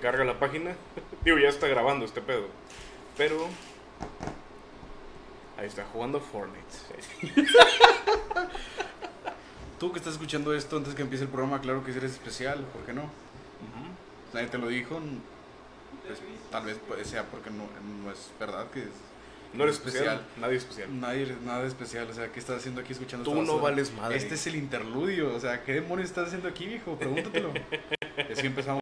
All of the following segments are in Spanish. carga la página. Digo, ya está grabando este pedo. Pero. Ahí está, jugando Fortnite. Tú que estás escuchando esto antes que empiece el programa, claro que eres especial, ¿por qué no? Nadie te lo dijo. pues, tal vez pues, sea porque no, no es verdad que es- No eres Especial. especial. Nadie es especial. Nadie eres nada especial, o sea, ¿qué estás haciendo aquí escuchando Tú esta no basura? vales madre. Este es el interludio, o sea, ¿qué demonios estás haciendo aquí, viejo? Pregúntatelo. y así empezamos.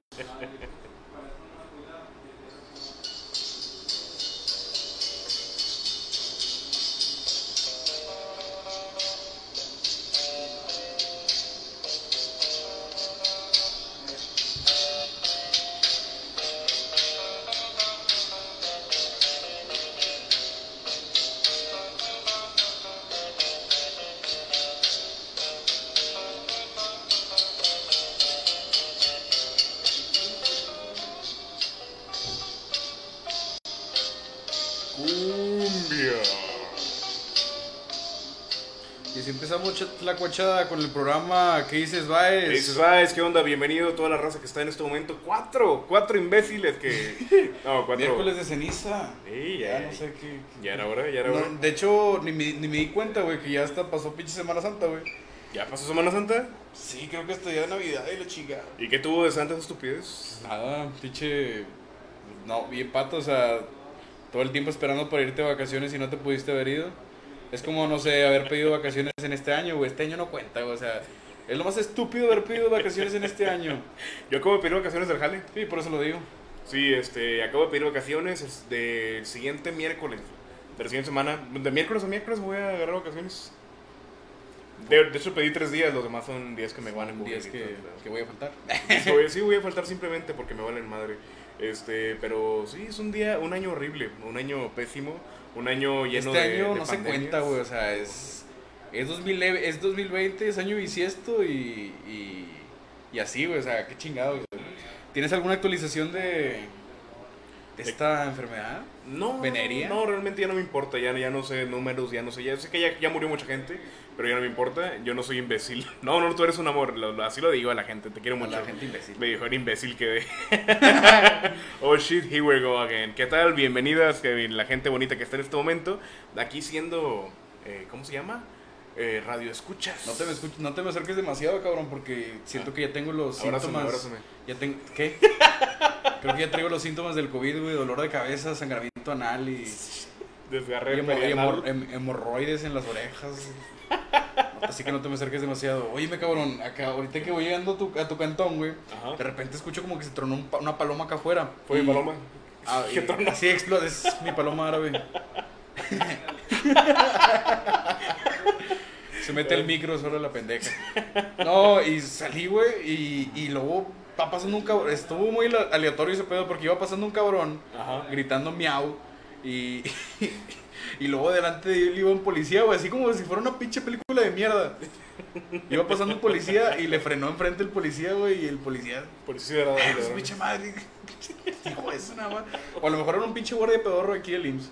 Cumbia. Y así empezamos chat- la cuachada con el programa ¿Qué dices, Baez? ¿Qué dices, ah, es que onda, bienvenido a toda la raza que está en este momento. Cuatro, cuatro imbéciles que. No, cuatro. Miércoles de ceniza. Sí, Ya, ya, no sé qué. qué- ya era hora, ya era No, hora. de hecho, ni me, ni me di cuenta, güey, que ya hasta pasó pinche Semana Santa, güey. ¿Ya pasó Semana Santa? Sí, creo que hasta ya Navidad y la chingada. ¿Y qué tuvo de Santa esa estupidez? Nada, pinche. pues, No, bien pato, o sea, todo el tiempo esperando para irte de vacaciones y no te pudiste haber ido. Es como, no sé, haber pedido vacaciones en este año, güey. Este año no cuenta, güey. O sea, es lo más estúpido haber pedido vacaciones en este año. Yo acabo de pedir vacaciones del Jale. Sí, por eso lo digo. Sí, este, acabo de pedir vacaciones es del siguiente miércoles. De la siguiente semana. De miércoles a miércoles voy a agarrar vacaciones. De, de hecho, pedí tres días, los demás son días que me van a Un día es que, que voy a faltar. Sí, voy a faltar simplemente porque me valen madre. Este, pero sí, es un día, un año horrible, un año pésimo, un año lleno Este de. año de no se pandemias. cuenta, güey. O sea, es. Es, 2000, es 2020, es año bisiesto y. Y, y así, güey. O sea, qué chingado, güey. ¿Tienes alguna actualización de. de esta enfermedad? No, ¿Venería? no, realmente ya no me importa, ya, ya no sé números, ya no sé, ya sé que ya, ya murió mucha gente, pero ya no me importa, yo no soy imbécil. No, no, tú eres un amor, lo- lo- así lo digo a la gente, te quiero A mucho. la gente imbécil. Me dijo, era imbécil que Oh shit, here we go again. ¿Qué tal? Bienvenidas, Kevin, la gente bonita que está en este momento, aquí siendo, eh, ¿cómo se llama? Eh, radio escuchas. No te, me escuch- no te me acerques demasiado, cabrón, porque siento que ya tengo los Ah. Abrázame, síntomas. abrázame. Ya tengo. ¿Qué? Creo que ya traigo los síntomas del COVID, güey. Dolor de cabeza, sangramiento anal y, Desgarré y hemo- y perianal. hemor- hem- hemorroides en las orejas. Así que no te me acerques demasiado. Óyeme, cabrón, acá, ahorita que voy llegando a tu, a tu cantón, güey, Ajá. de repente escucho como que se tronó un pa- una paloma acá afuera. Fue mi Y- paloma. Ah, ¿Qué y- tronó? Sí, explota, es mi paloma árabe. Se mete el micro sobre la pendeja. No, y salí, güey, y, y luego va pasando un cabrón. Estuvo muy la- aleatorio ese pedo porque iba pasando un cabrón Ajá. gritando miau y... Y luego delante de él iba un policía, güey, así como si fuera una pinche película de mierda. Iba pasando un policía y le frenó enfrente el policía, güey, y el policía Policía de radio, es ¿verdad? pinche madre. Hijo, es una ma- O a lo mejor era un pinche guardia pedorro aquí del IMSS.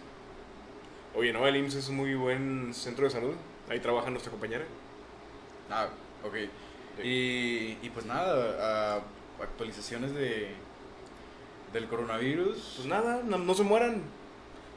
Oye, no, el IMSS es un muy buen centro de salud. Ahí trabaja nuestra compañera. Ah, ok. Y, y pues nada, ah, actualizaciones de del coronavirus. Pues nada, no, no se mueran.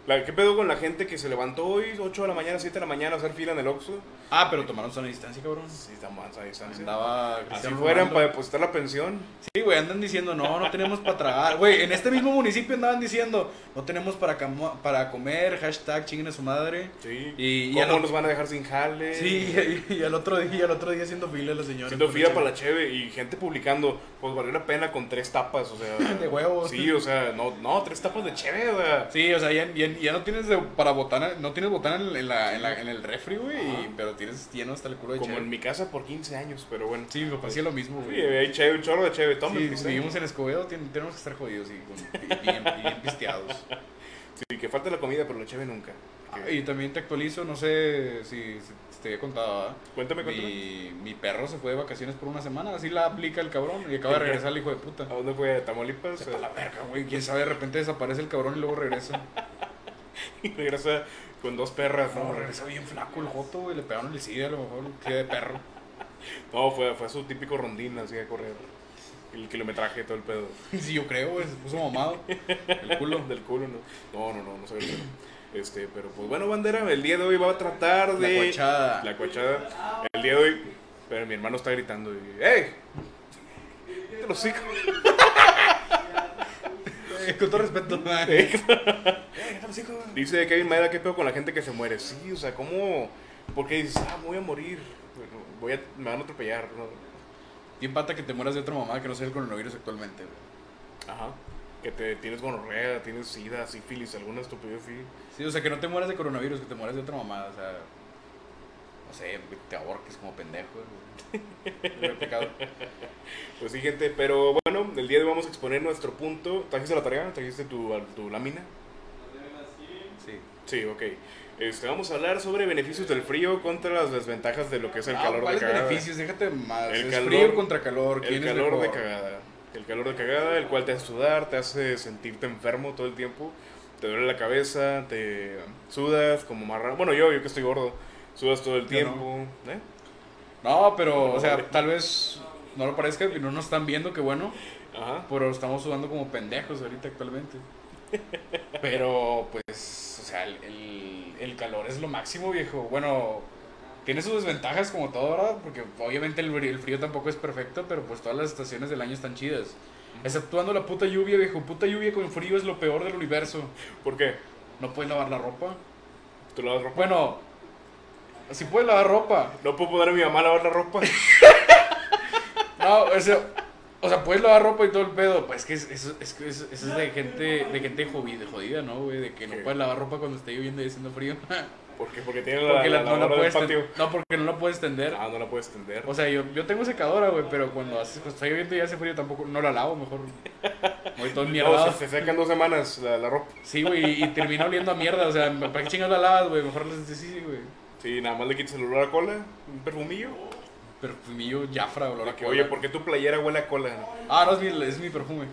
La, ¿Qué pedo con la gente que se levantó hoy, 8 de la mañana, 7 de la mañana, a hacer fila en el Oxxo? Ah, pero tomaron sana distancia, cabrón. Sí, estamos a distancia. Andaba Así pues. Cristiano fueran Ronaldo. para depositar la pensión. Sí, güey, andan diciendo, no, no tenemos para tragar. Güey, en este mismo municipio andaban diciendo, no tenemos para, camo- para comer, hashtag chinguen a su madre. Sí. Y- y ¿Cómo a lo- nos van a dejar sin jale? Sí, y, y al otro día, y al otro día haciendo fila los señores. Haciendo Por fila el- para la cheve y gente publicando, pues valió la pena con tres tapas, o sea. De huevos. Sí, o sea, no, no, tres tapas de cheve, o sea. Sí, o sea, ya, ya- ya no tienes de- para botana, no tienes botana en, en la, en, la- en el refri, güey, y- Ajá. pero tienes lleno hasta el culo de Como cheve. en mi casa por 15 años, pero bueno. Sí, mi papá hacía lo mismo, Sí, güey. hay cheve, un chorro de cheve, Sí, toma. si vivimos en Escobedo, tien- tenemos que estar jodidos y, con- y bien, y bien pisteados. Sí, que falta la comida, pero la cheve nunca. Ah, Y también te actualizo, no sé si, si te he contado, ¿verdad? Cuéntame, cuéntame. Mi, mi perro se fue de vacaciones por una semana, así la aplica el cabrón y acaba de regresar el hijo de puta. ¿A dónde fue? ¿A Tamaulipas? Sepa la verga, güey, quién sabe, de repente desaparece el cabrón y luego regresa. Y regresa con dos perras, ¿no? No, regresa bien flaco el joto, güey, le pegaron el sida a lo mejor, sida de perro. No, fue, fue su típico rondín así a correr. el kilometraje, todo el pedo. Sí, yo creo, güey, se puso mamado. El culo. Del culo, ¿no? No, no, no, no sabía el pedo. Este, pero pues bueno, bandera, el día de hoy va a tratar La de. guachada. La cochada. El día de hoy. Pero mi hermano está gritando. Y, ¡Ey! Te lo sigo. Eh, Con todo respeto. Dice Kevin Madera, ¿qué pedo con la gente que se muere? Sí, o sea, ¿cómo? Porque dices, ah, me voy a morir. Bueno, voy a, me van a atropellar. ¿no? Bien pata que te mueras de otra mamá que no sea el coronavirus actualmente, güey. Ajá. Que te, tienes gonorrea, tienes sida, sífilis, alguna estupidez así. Sí, o sea, que no te mueras de coronavirus, que te mueras de otra mamada, o sea. No sé, te ahorques como pendejo. güey. Lo he aplicado. Pues sí, gente, pero bueno, el día de hoy vamos a exponer nuestro punto. ¿Trajiste la tarea? ¿Trajiste tu, tu lámina? Sí. Sí, ok. Este, vamos a hablar sobre beneficios del frío contra las desventajas de lo que es el calor de Ah, ¿Cuáles cagada. beneficios? Déjate más. El es calor- frío contra calor. ¿Quién El es calor de mejor? cagada. El calor de cagada, el cual te hace sudar, te hace sentirte enfermo todo el tiempo. Te duele la cabeza, te sudas como marrano. Bueno, yo, yo que estoy gordo, sudas todo el Yo no. tiempo. ¿eh? No, pero, o Vale. sea, tal vez no lo parezca y no nos están viendo, qué bueno. Ajá. Pero estamos sudando como pendejos ahorita actualmente. Pero, pues, o sea, el, el- el calor es lo máximo, viejo. Bueno, tiene sus desventajas como todo, ¿verdad? Porque obviamente el, frío- el frío tampoco es perfecto, pero pues todas las estaciones del año están chidas. Exceptuando la puta lluvia, viejo. Puta lluvia con frío es lo peor del universo. ¿Por qué? No puedes lavar la ropa. ¿Tú lavas ropa? Bueno, si puedes lavar ropa. No puedo poner a mi mamá a lavar la ropa. No, o sea, o sea, puedes lavar ropa y todo el pedo. Pues que es, es, es, que es- eso es de gente, de gente jodida, jodida, ¿no, güey? De que no Sí. puedes lavar ropa cuando esté lloviendo y haciendo frío. ¿Por qué? Porque tiene la, Porque la la, no la lavadora del puedes patio. ten- No, porque no la puedes tender. Ah, no la puedes tender. O sea, yo, yo tengo secadora, güey, pero cuando, hace, cuando está lloviendo y hace frío tampoco, no la lavo, mejor. Voy todo No, mierdado. se, se secan dos semanas la, la ropa. Sí, güey, y termina oliendo a mierda. O sea, ¿para qué chingados la lavas, güey? Mejor la sí, sí, güey. Sí, nada más le quitas el olor a cola, un perfumillo. Pero pues, mi yo, Jafra, olor a Que, cola. Oye, ¿por qué tu playera huele a cola? no? Ah, no, es mi, es mi perfume.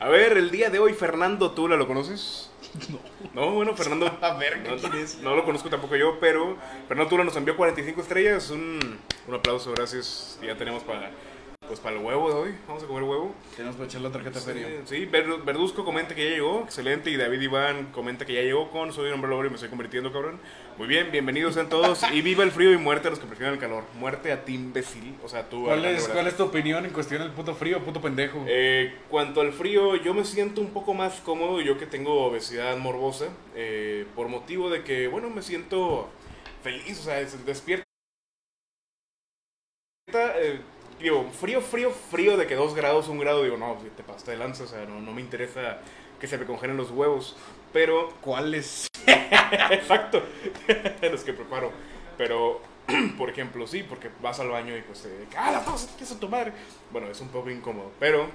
A ver, el día de hoy Fernando Tula, ¿lo conoces? No. No, bueno, Fernando. A ver, ¿qué No, no lo conozco tampoco yo, pero Fernando Tula nos envió 45 estrellas. Un, un aplauso, gracias. Ya tenemos para, pues, para el huevo de hoy. Vamos a comer huevo. Tenemos que echar la tarjeta feria. Eh, Sí, Ver- Verduzco comenta que ya llegó, excelente. Y David Iván comenta que ya llegó con Soy un hombre lobo y me estoy convirtiendo, cabrón. Muy bien, bienvenidos sean todos. Y viva el frío y muerte a los que prefieren el calor. Muerte a ti, imbécil. O sea, tú. ¿Cuál Alejandro es, Velasco. ¿Cuál es tu opinión en cuestión del puto frío, puto pendejo? Eh, cuanto al frío, yo me siento un poco más cómodo, yo que tengo obesidad morbosa, eh, por motivo de que, bueno, me siento feliz, o sea, es- despierta. eh, digo, frío, frío, frío, de que dos grados, un grado, digo, no, te pasaste de lanza, o sea, no, no me interesa que se me congelen los huevos, pero ¿Cuál es? Exacto, los que preparo. Pero, por ejemplo, sí, porque vas al baño y pues te. ¡Ah, la pausa! ¿Qué es tu madre? Bueno, es un poco incómodo. Pero,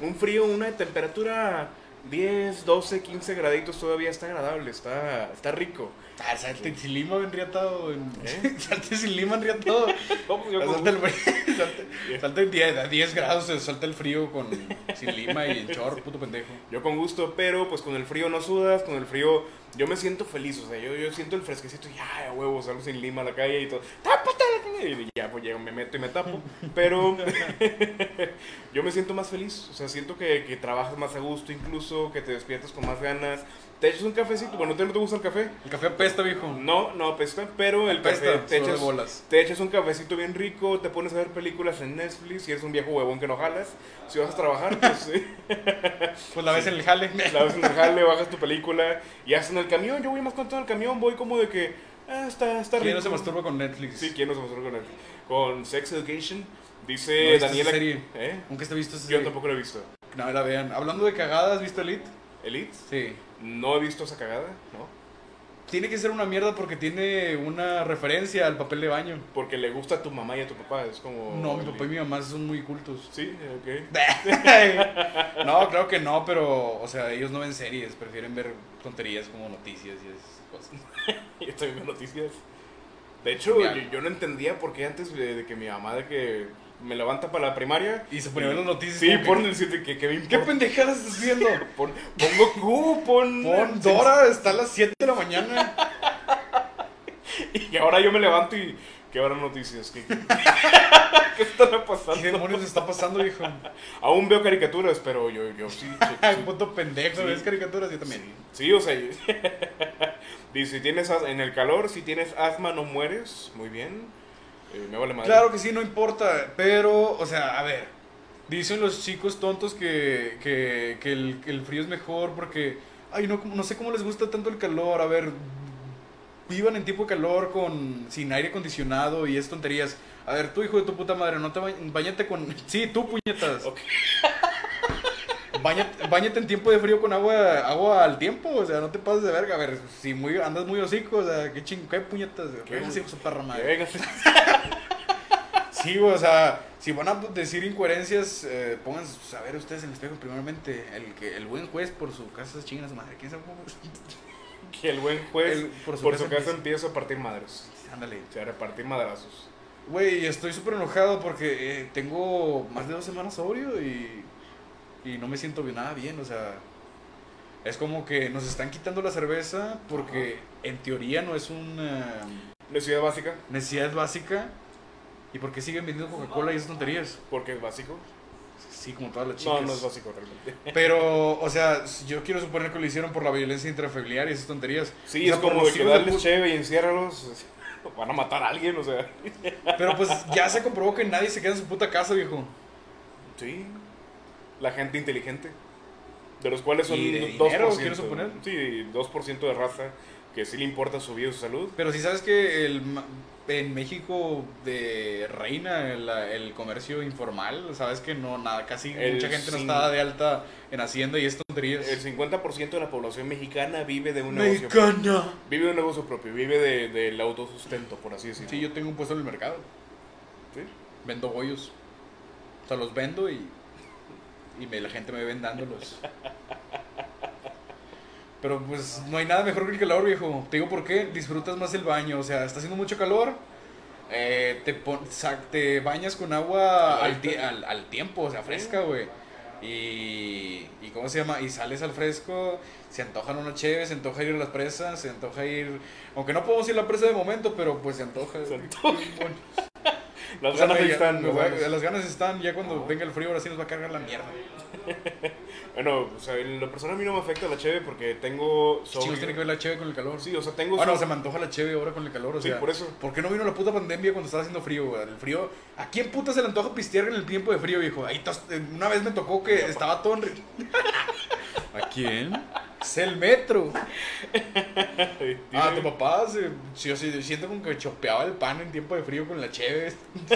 un frío, una temperatura 10, 12, 15 graditos todavía está agradable, está, está rico. Ah, salte sin lima, vendría todo. en- ¿Eh? Salte sin lima, vendría todo. Vamos, yo Salte como- el frío. Salte, salte en 10, a 10 grados, se salta el frío con sin lima y en short, puto pendejo. Yo con gusto, pero pues con el frío no sudas, con el frío yo me siento feliz, o sea, yo, yo siento el fresquecito y ya, a huevo, salgo sin lima a la calle y todo, tápate, y ya, pues llego, me meto y me tapo, pero yo me siento más feliz, o sea, siento que, que trabajas más a gusto incluso, que te despiertas con más ganas, te echas un cafecito, bueno, ¿te, no te gusta el café? El café apesta, viejo. No, no apesta, pero Mm, el Apesta, café, te solo de echas, bolas. te echas un cafecito bien rico, te pones a ver películas en Netflix, si eres un viejo huevón que no jalas, si vas a trabajar, pues... sí. Pues la ves en el jale. La ves en el jale, bajas tu película y haces en el camión. Yo voy más con todo el camión, voy como de que. Ah, está, está rico. ¿Quién no se masturba con Netflix? Sí, ¿quién no se masturba con él? Con Sex Education, ¿No dice viste Daniela. esa serie? ¿Eh? Nunca te he visto esa Yo serie. tampoco lo he visto. No, la vean. Hablando de cagadas, ¿has visto Elite? ¿Elite? Sí. No he visto esa cagada, ¿no? Tiene que ser una mierda porque tiene una referencia al papel de baño. Porque le gusta a tu mamá y a tu papá. Es como. No, mi papá y mi mamá son muy cultos. Sí, ok. no, claro que no, pero, o sea, ellos no ven series, prefieren ver tonterías como noticias y esas cosas. Yo estoy viendo noticias. De hecho, yo, Genial. yo no entendía por qué antes de, de que mi mamá de que me levanta para la primaria. Y se ponían las noticias. Sí, como que, pon el sitio que, que me ¿Qué importa. pendejadas estás viendo? Pon, pon Goku, pon, Pon Dora, está a las 7 de la mañana. Y ahora yo me levanto y ¿Qué habrá noticias? ¿Qué, qué, qué estará pasando? ¿Qué demonios está pasando, hijo? Aún veo caricaturas, pero yo, yo sí. che- Ay, pues. sí. puto pendejo, Sí. ¿ves caricaturas? Yo también. Sí, o sea, yo- dice, si tienes as- en el calor, si tienes asma no mueres, muy bien. Eh, me vale madre. Claro que sí, no importa, pero, o sea, a ver. Dicen los chicos tontos que, que, que el, que el frío es mejor porque, ay, no, no sé cómo les gusta tanto el calor. A ver, vivan en tipo de calor con, sin aire acondicionado y es tonterías. A ver, tú, hijo de tu puta madre, no te ba- bañate con... Sí, tú, puñetas. Ok. Báñate, báñate en tiempo de frío con agua agua al tiempo, o sea, no te pases de verga. A ver, si muy, andas muy hocico, o sea, qué ching, qué puñetas. Qué Qué hijos de pues, perra Que madre. venga. Sí, güey, o sea, si van a decir incoherencias, eh, pónganse a ver ustedes en el espejo primeramente. El, que, el buen juez por su casa chinga a su madre. ¿Quién sabe cómo? Que el buen juez, El- Pues, por su, casa, empieza a partir madres. Ándale. O sea, a repartir madrazos. Güey, estoy súper enojado porque eh, tengo más de dos semanas sobrio y, y no me siento bien, nada bien. O sea, es como que nos están quitando la cerveza porque en teoría no es una Necesidad básica, necesidad básica. ¿Y porque siguen vendiendo Coca-Cola y esas tonterías? porque es básico. Sí, como todas las chicas. No, no es básico realmente. Pero, o sea, yo quiero suponer que lo hicieron por la violencia intrafamiliar y esas tonterías. Sí, O sea, es por como los de que hijos de darles pu- cheve y enciérralos. Van a matar a alguien, o sea. Pero pues ya se comprobó que nadie se queda en su puta casa, viejo. Sí. La gente inteligente. De los cuales son Y de 2%. dinero, quiero suponer. Sí, 2% de raza que sí le importa su vida y su salud. Pero si sabes que el, ma- en México de reina el, el comercio informal, sabes que no, nada, casi El mucha gente no cin- está de alta en Hacienda y es tonterías. El 50% de la población mexicana vive de un negocio propio. ¡Mexicana! Vive de un negocio propio, vive de- del autosustento, por así decirlo. Sí, yo tengo un puesto en el mercado. Sí. Vendo bollos. O sea, los vendo y, y me- la gente me ven dándolos. Pero pues no hay nada mejor que el calor, viejo. Te digo por qué, disfrutas más el baño. O sea, está haciendo mucho calor. eh, te, pon- sa- te bañas con agua al, ti- al- al tiempo, o sea, fresca, güey. Y, y ¿cómo se llama? Y sales al fresco, se antojan una chévere, se antoja ir a las presas, se antoja ir... Aunque no podemos ir a la presa de momento, pero pues se antoja. Se antoja. Bueno. Las Ya, ganas ahí ya, están. nos las va- ganas. las ganas están, ya cuando Ajá. venga el frío ahora sí nos va a cargar la mierda. Bueno, o sea, en lo personal a mí no me afecta la cheve porque tengo Chicos, sobrio. tiene que ver la cheve con el calor. Sí, o sea, tengo Ah, no, sobrio. se me antoja la cheve ahora con el calor, o Sí, sea. por eso. ¿Por qué no vino la puta pandemia cuando estaba haciendo frío, güey? El frío... ¿A quién puta se le antoja pistear en el tiempo de frío, viejo? Ahí tos- eh, una vez me tocó que estaba todo... enri- ¿A quién? Es el metro. Dime, Ah, tu papá se, sí, sí, yo siento como que chopeaba el pan en tiempo de frío con la cheve.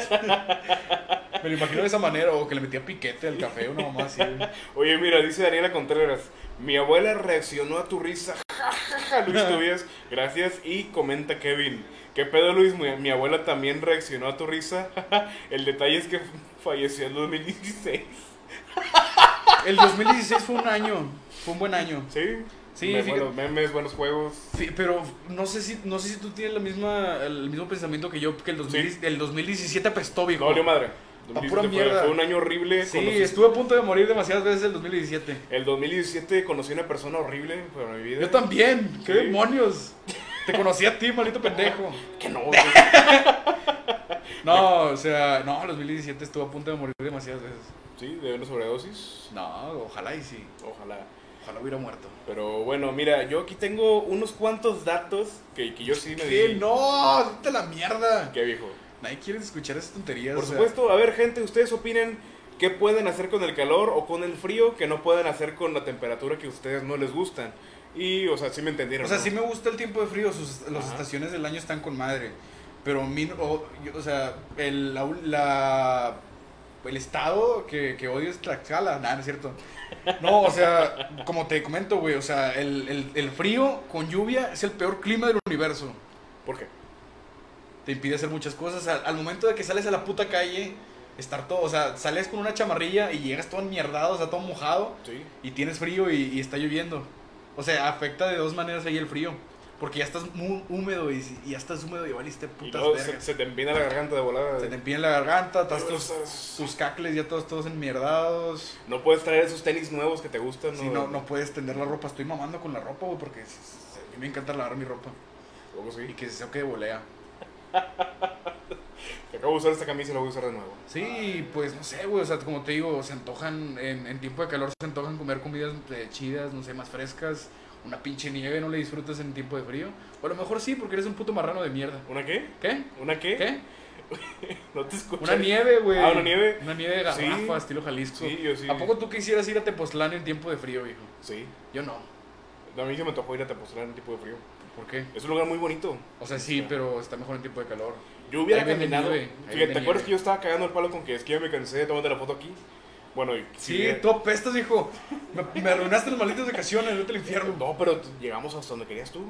me lo imagino de esa manera, o que le metía piquete al café, una mamá así, güey. Oye, mira, dice Daniela Contreras, mi abuela reaccionó a tu risa, jajaja, Luis Tobías, gracias, y comenta Kevin, ¿qué pedo Luis? Mi, mi abuela también reaccionó a tu risa, el detalle es que falleció en 2016, El 2016 fue un año, fue un buen año. ¿sí? Sí, Me- fíjate. buenos memes, buenos juegos, Sí, pero no sé si no sé si tú tienes la misma el mismo pensamiento que yo que el, 2000 Sí. el 2017 apestó, no viejo. valió madre, A pura 2017 fue, mierda. fue un año horrible, sí, conocí- estuve a punto de morir demasiadas veces el 2017. el 2017 conocí a una persona horrible para mi vida, Yo también, qué Sí. demonios. Te conocí a ti, maldito pendejo. que no, No, o sea, no, el 2017 estuve a punto de morir demasiadas veces. sí, de una sobredosis, No, ojalá y sí. ojalá. Ojalá hubiera muerto. Pero bueno, mira, yo aquí tengo unos cuantos datos que, que yo sí me ¿Qué? No, vete a la mierda. ¿Qué viejo? Nadie quiere escuchar esas tonterías. Por o sea. supuesto, a ver gente, ustedes opinen qué pueden hacer con el calor o con el frío que no pueden hacer con la temperatura que a ustedes no les gustan. Y, o sea, sí me entendieron. O sea, ¿no? sí me gusta el tiempo de frío, sus, las Ajá. estaciones del año están con madre. Pero, mi, o, yo- o sea, el, la, la- el estado que, que odio es Tlaxcala. Nada, no es cierto. No, o sea, como te comento, güey, o sea, el, el, el frío con lluvia es el peor clima del universo. ¿Por qué? Te impide hacer muchas cosas. Al, al momento de que sales a la puta calle, estar todo, o sea, sales con una chamarrilla y llegas todo enmierdado, o sea, todo mojado Sí. y tienes frío y, y está lloviendo. O sea, afecta de dos maneras ahí el frío. Porque ya estás muy húmedo y, si- y ya estás húmedo y valiste Y putas luego se, vergas. Se, se te empina la garganta de volada. te empina la garganta, estás tus, Tus- tus cacles ya todos, todos enmierdados. No puedes traer esos tenis nuevos que te gustan. Si no, no puedes tender la ropa, estoy mamando con la ropa, güey, porque s- s- a mí me encanta lavar mi ropa. Luego Y sí. que se quede volea. Que acabo de usar esta camisa y la voy a usar de nuevo. Sí, pues no sé, güey, o sea, como te digo, se antojan, en, en tiempo de calor se antojan comer comidas eh, chidas, no sé, más frescas, una pinche nieve, no le disfrutas en tiempo de frío. O a lo mejor sí, porque eres un puto marrano de mierda. ¿Una qué? ¿Qué? ¿Una qué? ¿Qué? No te escucho. Una nieve, güey. Ah, una nieve. Una nieve de Sí. garrafa, estilo Jalisco. Sí, yo sí. ¿A poco tú quisieras ir a Tepoztlán en tiempo de frío, viejo? Sí. Yo no. A mí se me antojó ir a Tepoztlán en tipo de frío. ¿Por qué? Es un lugar muy bonito. O sea, sí, pero está mejor en tiempo de calor. Yo hubiera Ahí venden caminado. nieve, ahí Fíjate, venden ¿te acuerdas nieve. que yo estaba cagando el palo con que es que ya me cansé de tomarte la foto aquí? Bueno, y- Sí, tú apestas, hijo. Me, me arruinaste las malditas vacaciones, vete al infierno. No, pero t- llegamos hasta donde querías tú.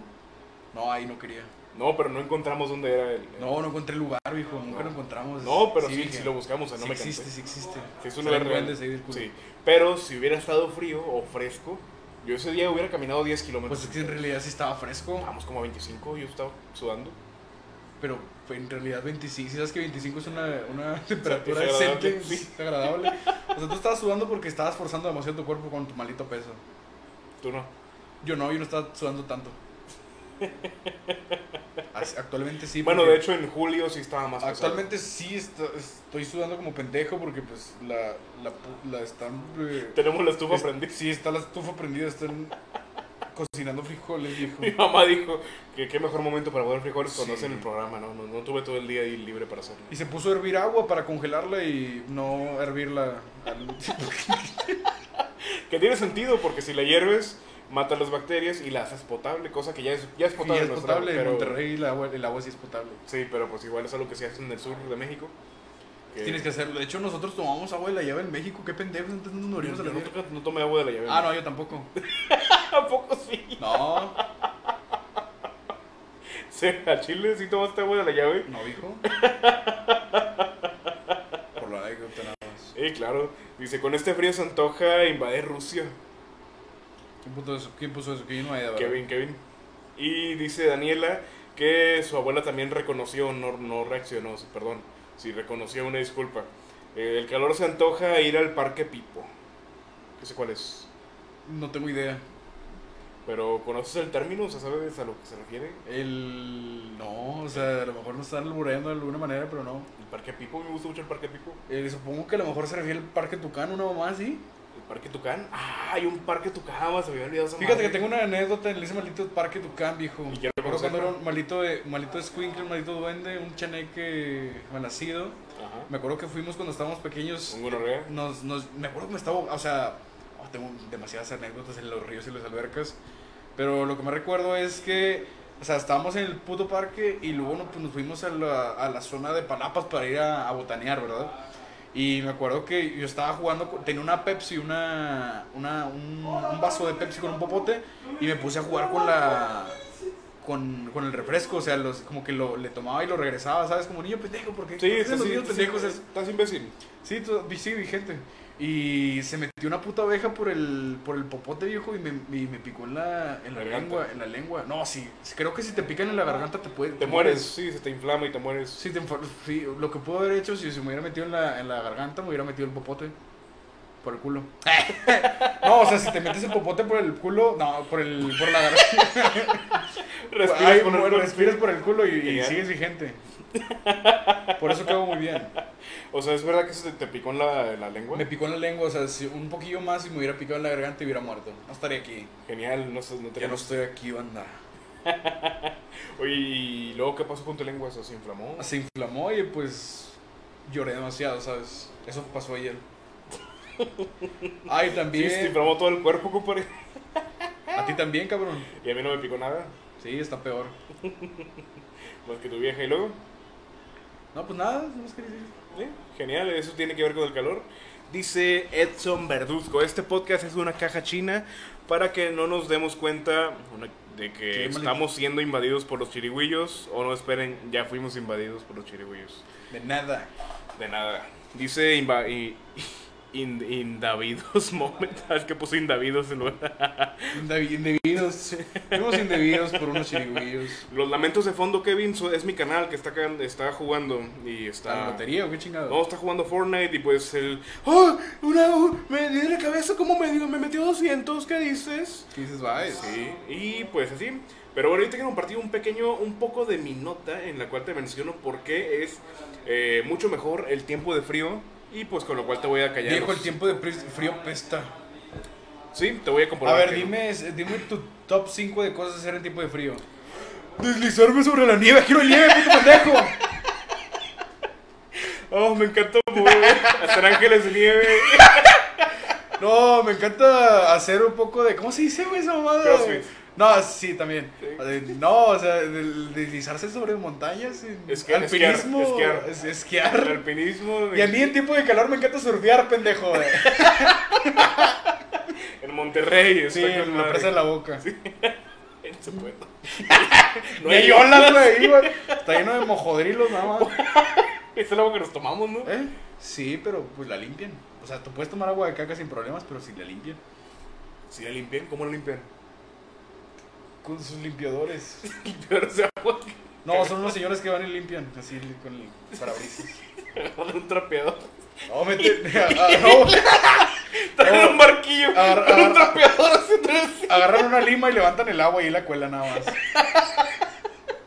No, ahí no quería. No, pero no encontramos dónde era el. No, no encontré el lugar, viejo. Nunca No. lo encontramos. No, pero sí, dije, sí lo buscamos, o sea, sí no me existe, cansé. sí existe. Sí, es un Salen lugar real. duendes ahí del culo. Sí. Pero si hubiera estado frío o fresco, yo ese día hubiera caminado 10 kilómetros. Pues es que en realidad sí estaba fresco, Vamos como a 25, yo estaba sudando. pero en realidad 25. Si sabes que 25 es una, una temperatura es agradable, decente, sí. es agradable. O sea, tú estabas sudando porque estabas forzando demasiado tu cuerpo con tu maldito peso. Tú no. Yo no, yo no estaba sudando tanto. Así- Actualmente sí. bueno, porque- de hecho en julio sí estaba más pesado. Actualmente sí está- estoy sudando como pendejo porque pues la, la, pu- la están... eh, Tenemos la estufa es- prendida. Sí, está la estufa prendida, están cocinando frijoles, viejo. Mi mamá dijo que qué mejor momento para poner frijoles cuando Sí. hacen el programa, ¿no? No, no tuve todo el día ahí libre para hacerlo. Y se puso a hervir agua para congelarla y no hervirla. al- Que tiene sentido porque si la hierves, mata las bacterias y la haces potable, cosa que ya es, ya es Sí, potable. es en nuestra- potable, en pero- Monterrey el agua, el agua sí es potable. Sí, pero pues igual es algo que se hace en el sur de México. Tienes que hacerlo. De hecho, nosotros tomamos agua de la llave en México. Qué pendejo, entonces nos morimos Yo de la no, llave. toca- no tomé agua de la llave. Ah, no, yo tampoco. Tampoco sí. No, Sí, a Chile sí tomaste agua de la llave. no, hijo. Por la anécdota nada más. Eh, claro. Dice, con este frío se antoja invadir Rusia. ¿Quién puso eso? ¿Quién puso eso? Que yo no haya Kevin, Kevin. Y dice Daniela que su abuela también reconoció, no, no reaccionó, sí, perdón, si reconoció una disculpa. Eh, el calor se antoja ir al parque Pipo. Que sé cuál es. No tengo idea. Pero conoces el término, o sea, sabes a lo que se refiere. El. No, o sea, a lo mejor nos están albureando de alguna manera, pero no. El parque Pipo, me gusta mucho el parque Pipo. Eh, supongo que a lo mejor se refiere al Parque Tucán, una mamá así. El parque Tucán. Ah, hay un parque Tucán, se me había olvidado esa Fíjate madre. que tengo una anécdota en ese maldito Parque Tucán, viejo. Y quiero Me acuerdo cuando era conocerla. un malito, de, malito escuincle, un malito duende, un chaneque malnacido. Ajá. Me acuerdo que fuimos cuando estábamos pequeños. Un gonorrea. Nos, nos, me acuerdo que me estaba, o sea, oh, tengo demasiadas anécdotas en los ríos y las albercas, pero lo que me recuerdo es que, o sea, estábamos en el puto parque y luego no, pues, nos fuimos a la, a la zona de Palapas para ir a, a botanear, ¿verdad? Y me acuerdo que yo estaba jugando, con- tenía una Pepsi, una, una, un, un vaso de Pepsi con un popote y me puse a jugar con la... Con, con el refresco, o sea, los, como que lo, le tomaba y lo regresaba, ¿sabes? Como niño pendejo, porque Sí, ¿qué hacen estás, los niños estás- pendejos? Es- estás imbécil. Sí, to- vi- sí, vigente. Y se metió una puta abeja por el, por el popote viejo y me, y me picó en la, en la Garganta. lengua. En la lengua. No, sí, creo que si te pican en la garganta te puede. Te mueres, sí, se te inflama y te mueres. Sí, te enfer- sí, lo que pudo haber hecho si se me hubiera metido en la, en la garganta, me hubiera metido el popote por el culo. no, o sea, si te metes el popote por el culo, no, por, el, por la garganta. Respiras Ay, con el- muero, respiras por el culo y, y Ya. sigues vigente. Por eso quedó muy bien. O sea, ¿es verdad que se te, te picó en la, la lengua? Me picó en la lengua, o sea, si un poquillo más y me hubiera picado en la garganta y hubiera muerto. No estaría aquí. Genial, no, sé, no te Ya no estoy aquí, banda. Oye, ¿y luego qué pasó con tu lengua? ¿Eso se inflamó? Se inflamó y pues lloré demasiado, ¿sabes? Eso pasó ayer. Sí, Ay, se te también. inflamó todo el cuerpo, compadre. A ti también, cabrón. Y a mí no me picó nada, Sí, está peor. más que tu vieja y luego. No, pues nada, no más quería decir. ¿eh? Genial, eso tiene que ver con el calor. Dice Edson Verduzco, este podcast es una caja china para que no nos demos cuenta una- de que Qué mal- estamos siendo invadidos por los chirigüillos o no esperen, ya fuimos invadidos por los chirigüillos. De nada. De nada. Dice inva- i- in- indavidos moment. Es que puso indavidos en lugar. Indavi- Indebidos. Fuimos indebidos por unos chirigüillos. Los lamentos de fondo, Kevin, so- es mi canal que está, acá- está jugando y ¿Está en está... la lotería o qué chingado? No, está jugando Fortnite y pues el... ¡Oh! Una, un- me dio en la cabeza como me dio, me metió 200, ¿qué dices? ¿Qué dices? Ay, sí. Y pues así. Pero bueno, ahorita quiero compartir un pequeño, un poco de mi nota en la cual te menciono por qué es eh, mucho mejor el tiempo de frío. Y pues con lo cual te voy a callar. Viejo, los- el tiempo de pres- frío pesta. Sí, te voy a comprobar. A ver, que- dime, dime tu top 5 de cosas hacer en tiempo de frío. Deslizarme sobre la nieve, quiero nieve, puto pendejo. Oh, me encantó mover, hacer ángeles de nieve. No, me encanta hacer un poco de. ¿Cómo se dice, güey, esa mamada? Crossfit. No, sí, también. Sí. Eh, No, o sea, del- deslizarse sobre montañas, en- Esquiar, alpinismo, esquiar, esquiar. es- El esquiar. alpinismo. Y a mí en tiempo de calor me encanta surfear, pendejo. güey. En Monterrey. está Sí, con me la madre. presa en la boca. En su pueblo. No hay olas, güey, ahí, güey. Está lleno de mojodrilos, nada más. Es el agua que nos tomamos, ¿no? ¿Eh? Sí, pero pues la limpian. O sea, tú puedes tomar agua de caca sin problemas, pero si la limpian. Si la limpian, ¿cómo la limpian? Con sus limpiadores. Pero ese agua No, son unos señores que van y limpian, así con el parabrisas. que agarran un trapeador. No, mete. ah, no, Traen No. un barquillo. Agarra- traen un agarra- trapeador así atrás. agarran una lima y levantan el agua y la cuelan nada más.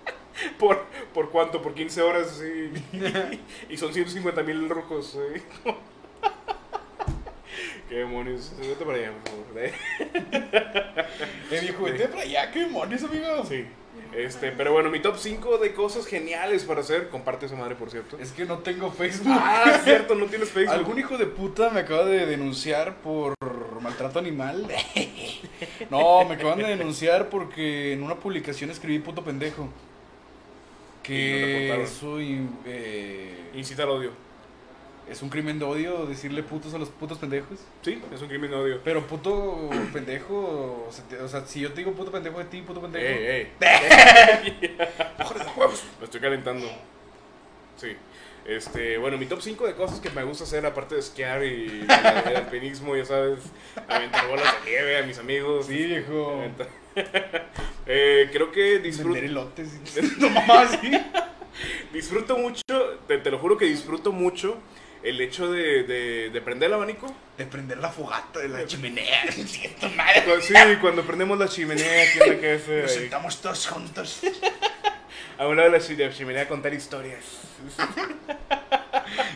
¿Por, ¿Por cuánto? ¿Por 15 horas? Sí. Eh, y son 150 mil rojos. sí. Qué demonios. Vete para allá, por favor. Eh, Eh, viejo, vete para allá, qué demonios, amigo. Sí. Este, pero bueno, mi top 5 de cosas geniales para hacer. Comparte esa madre, por cierto. Es que no tengo Facebook. Ah, cierto, no tienes Facebook. Algún hijo de puta me acaba de denunciar por maltrato animal. No, me acaban de denunciar porque en una publicación escribí puto pendejo. Y Que no te eso in- eh, Incita al odio. es un crimen de odio decirle putos a los putos pendejos. Sí, es un crimen de odio. Pero puto pendejo, o sea, te- o sea, si yo te digo puto pendejo de ti, puto Ey, pendejo. ey. Me estoy calentando. Sí. Este, bueno, mi top 5 de cosas que me gusta hacer, aparte de esquiar y el alpinismo, ya sabes, aventar bolas de nieve a mis amigos. Sí, viejo. Aventar- Eh, creo que disfruto, Vender elotes. y- No mamá, sí. disfruto mucho, te, te lo juro que disfruto mucho el hecho de, de, de prender el abanico. De prender la fogata de la chimenea. Siento mal. Cu- Sí, cuando prendemos la chimenea aquí en la casa. Nos ahí. sentamos todos juntos. A un lado de la chi- de la chimenea a contar historias.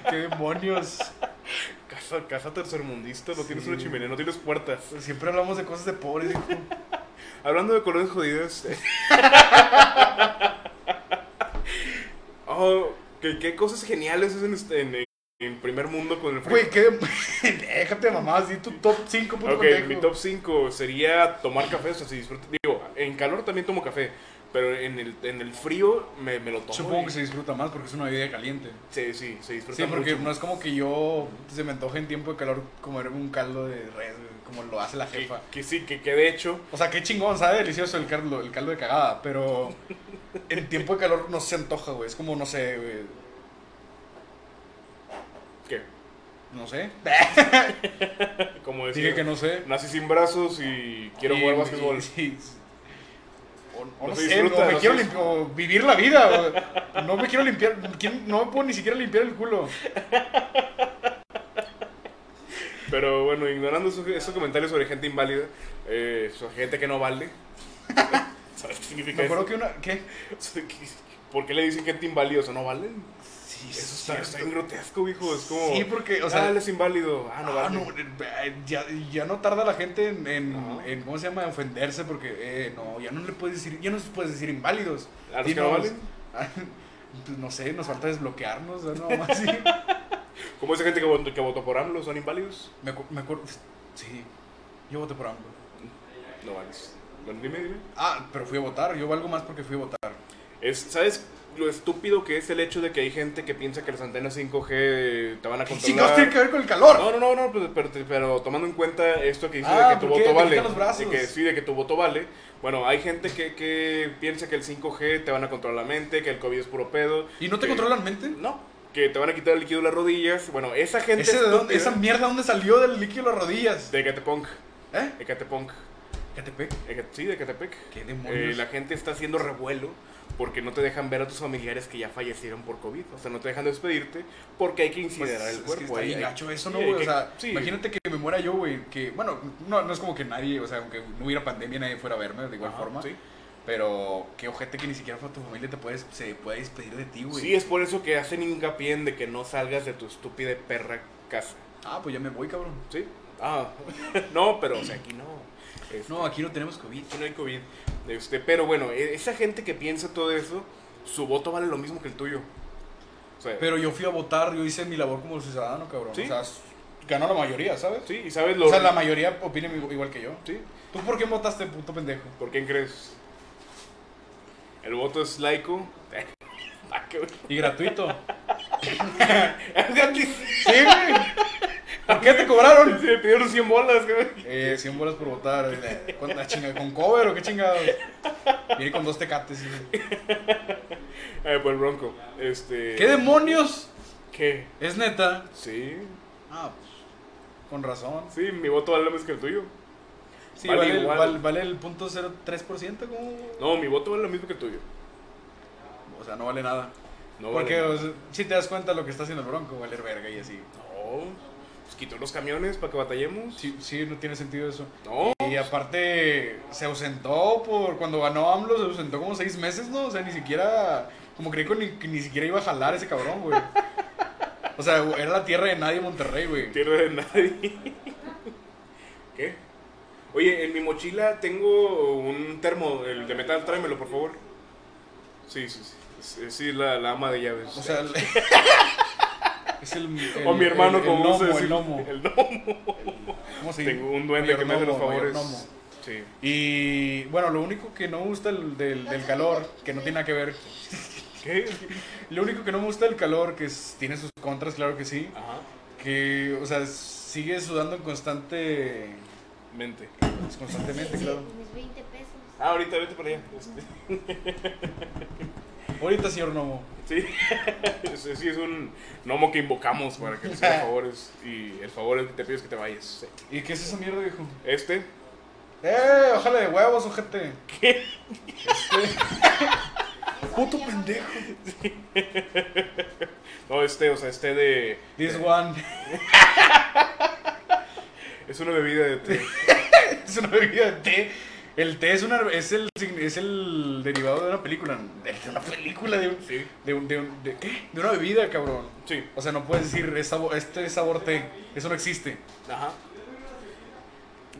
¡Qué demonios! Casa, casa tercermundista, no tienes Sí. una chimenea, no tienes puertas. Siempre hablamos de cosas de pobres, hijo. Hablando de colores jodidos. eh. oh, ¿qué, qué cosas geniales hacen est- en, en, en primer mundo con el frío. Güey, qué dem- Déjate mamá, di tu top 5, puto ok, pendejo. mi top 5 sería tomar café, o sea, si disfruto. Digo, en calor también tomo café, pero en el, en el frío me, me lo tomo. Supongo y- que se disfruta más porque es una bebida caliente. Sí, sí, se disfruta Sí, porque mucho. no es como que yo se me antoje en tiempo de calor comerme un caldo de res, güey, como lo hace la Que, jefa. que sí, que, que de hecho, O sea, qué chingón, sabe delicioso el caldo, el caldo de cagada, pero en tiempo de calor no se antoja, güey. Es como, no sé, güey, ¿qué? no sé. Pues Como Dije decir, que no sé. nací sin brazos y quiero Y- jugar básquetbol. y- sí. O, o no, No se sé, disfruta, o me no quiero se limpi- o vivir la vida. o no me quiero limpiar, ¿quién- no me puedo ni siquiera limpiar el culo. Pero bueno, ignorando esos, esos comentarios sobre gente inválida, eh, sobre gente que no vale. ¿Sabes qué significa Me acuerdo eso? que una, ¿qué? ¿Por qué le dicen gente inválida? O sea, no valen. Sí, Eso está, está bien grotesco, hijo. Es como. Sí, porque, o ah, sea, él es inválido. Ah, no ah, vale. no, eh, ya, ya no tarda la gente en, en- Ajá. en, ¿cómo se llama? Ofenderse porque, eh, no, ya no le puedes decir, ya no se puedes decir inválidos. ¿A los que no Dinos- valen? Pues, no sé, nos falta desbloquearnos, ¿no? Más así. ¿Cómo esa gente que votó, que votó por AMLO son inválidos? Me, acu- me acuerdo, sí, yo voté por AMLO. No vales. Bueno, dime, dime. Ah, pero fui a votar, yo valgo más porque fui a votar. Es, ¿Sabes lo estúpido que es el hecho de que hay gente que piensa que las antenas 5G te van a ¿Qué controlar? chingados tiene que ver con el calor? No, no, no, no, pero, pero- pero tomando en cuenta esto que dice Ah, de que tu ¿por qué? voto Te vale. quitan los brazos. de que sí, de que tu voto vale. Bueno, hay gente que, que piensa que el 5G te van a controlar la mente, que el COVID es puro pedo. ¿Y no te que- controlan mente? No. Que que te van a quitar el líquido de las rodillas. Bueno, esa gente. ¿Ese de dónde- estúpida- eh. ¿Esa mierda dónde salió del líquido de las rodillas? De Ecatepunk. ¿Eh? Ecatepunk. ¿Catepec? Eca- Sí, de Ecatepec. ¿Qué Eh, demonios? la gente está haciendo revuelo porque no te dejan ver a tus familiares que ya fallecieron por COVID. O sea, no te dejan despedirte porque hay que Pues, incinerar el es que cuerpo. está Hay- bien hay- gacho eso, sí, ¿no, hay güey? O que- sea, sí. imagínate que me muera yo, güey, que, bueno, no, no es como que nadie, o sea, aunque no hubiera pandemia, nadie fuera a verme de igual Ajá, forma, Sí. pero qué ojete que ni siquiera fue tu familia te puedes, se puede despedir de ti, güey. Sí, es por eso que hacen hincapié en de que no salgas de tu estúpida perra casa. Ah, pues ya me voy, cabrón. ¿Sí? Ah, no, pero o sea, aquí no. Este, No, aquí no tenemos COVID. Aquí no hay COVID. Este, pero bueno, e- esa gente que piensa todo eso, su voto vale lo mismo que el tuyo. O sea, Pero yo fui a votar, yo hice mi labor como ciudadano, cabrón. Sí. O sea, s- ganó la mayoría, ¿sabes? sí, y sabes lo. O sea, la mayoría opina mi- igual que yo. Sí. ¿Tú por qué votaste, puto pendejo? ¿Por quién crees? El voto es laico. Ah, qué bueno. Y gratuito. Sí, sí, güey. ¿Por qué te cobraron? me pidieron 100 bolas, güey. Eh, 100 bolas por votar. ¿Con la chinga? ¿Con cover o qué chingados? Viene con dos tecates. güey. Eh, por el bronco. Este. ¿Qué demonios? ¿Qué? ¿Es neta? Sí. Ah, pues, con razón. Sí, mi voto vale más que el tuyo. Sí, Vale vale, el- igual. val- vale el punto 03%, como... No, mi voto vale lo mismo que el tuyo. O sea, no vale nada. No Porque vale. o sea, si te das cuenta lo que está haciendo el Bronco, valer verga y así. No. Pues quitó los camiones para que batallemos. Sí, sí, no tiene sentido eso. No. Y aparte, se ausentó por cuando ganó AMLO, se ausentó como seis meses, ¿no? O sea, ni siquiera, como creí que ni, que ni siquiera iba a jalar ese cabrón, güey. O sea, güey, era la tierra de nadie Monterrey, güey. Tierra de nadie. ¿Qué? Oye, en mi mochila tengo un termo, el de metal, tráemelo, por favor. Sí, sí, sí. Sí, sí, la, la ama de llaves. O sea, el- es el, el- o mi hermano, el- el como gnomo, se el gnomo. El gnomo. ¿Cómo se Tengo un mayor duende que me hace los gnomo, mayor favores. gnomo. Sí. Y bueno, lo único que no me gusta el- del, del calor, que no tiene nada que ver. ¿Qué? Lo único que no me gusta del calor, que es- tiene sus contras, claro que sí. Ajá. Que, o sea, sigue sudando en constante. Mente. pues, constantemente, Sí, claro. mis 20 pesos. Ah, ahorita vete para allá. Este, Ahorita, señor Nomo. Sí. Ese sí es un gnomo que invocamos para que nos haga favores. Y el favor es que te pides que te vayas. Sí. ¿Y qué es esa mierda, viejo? Este. ¡Eh! Ojalá de huevos, ojete. Este, ¿Qué? Eso Puto me llama- pendejo. No, este, o sea, este de. This one. Es una bebida de té. es una bebida de té. El té es, una, es, el, sign- es el derivado de una película. De una película, de un. Sí. De, un, de, un- de- ¿qué? de una bebida, cabrón. Sí. O sea, no puedes decir "Es sabo- este es sabor té. Eso no existe. Ajá.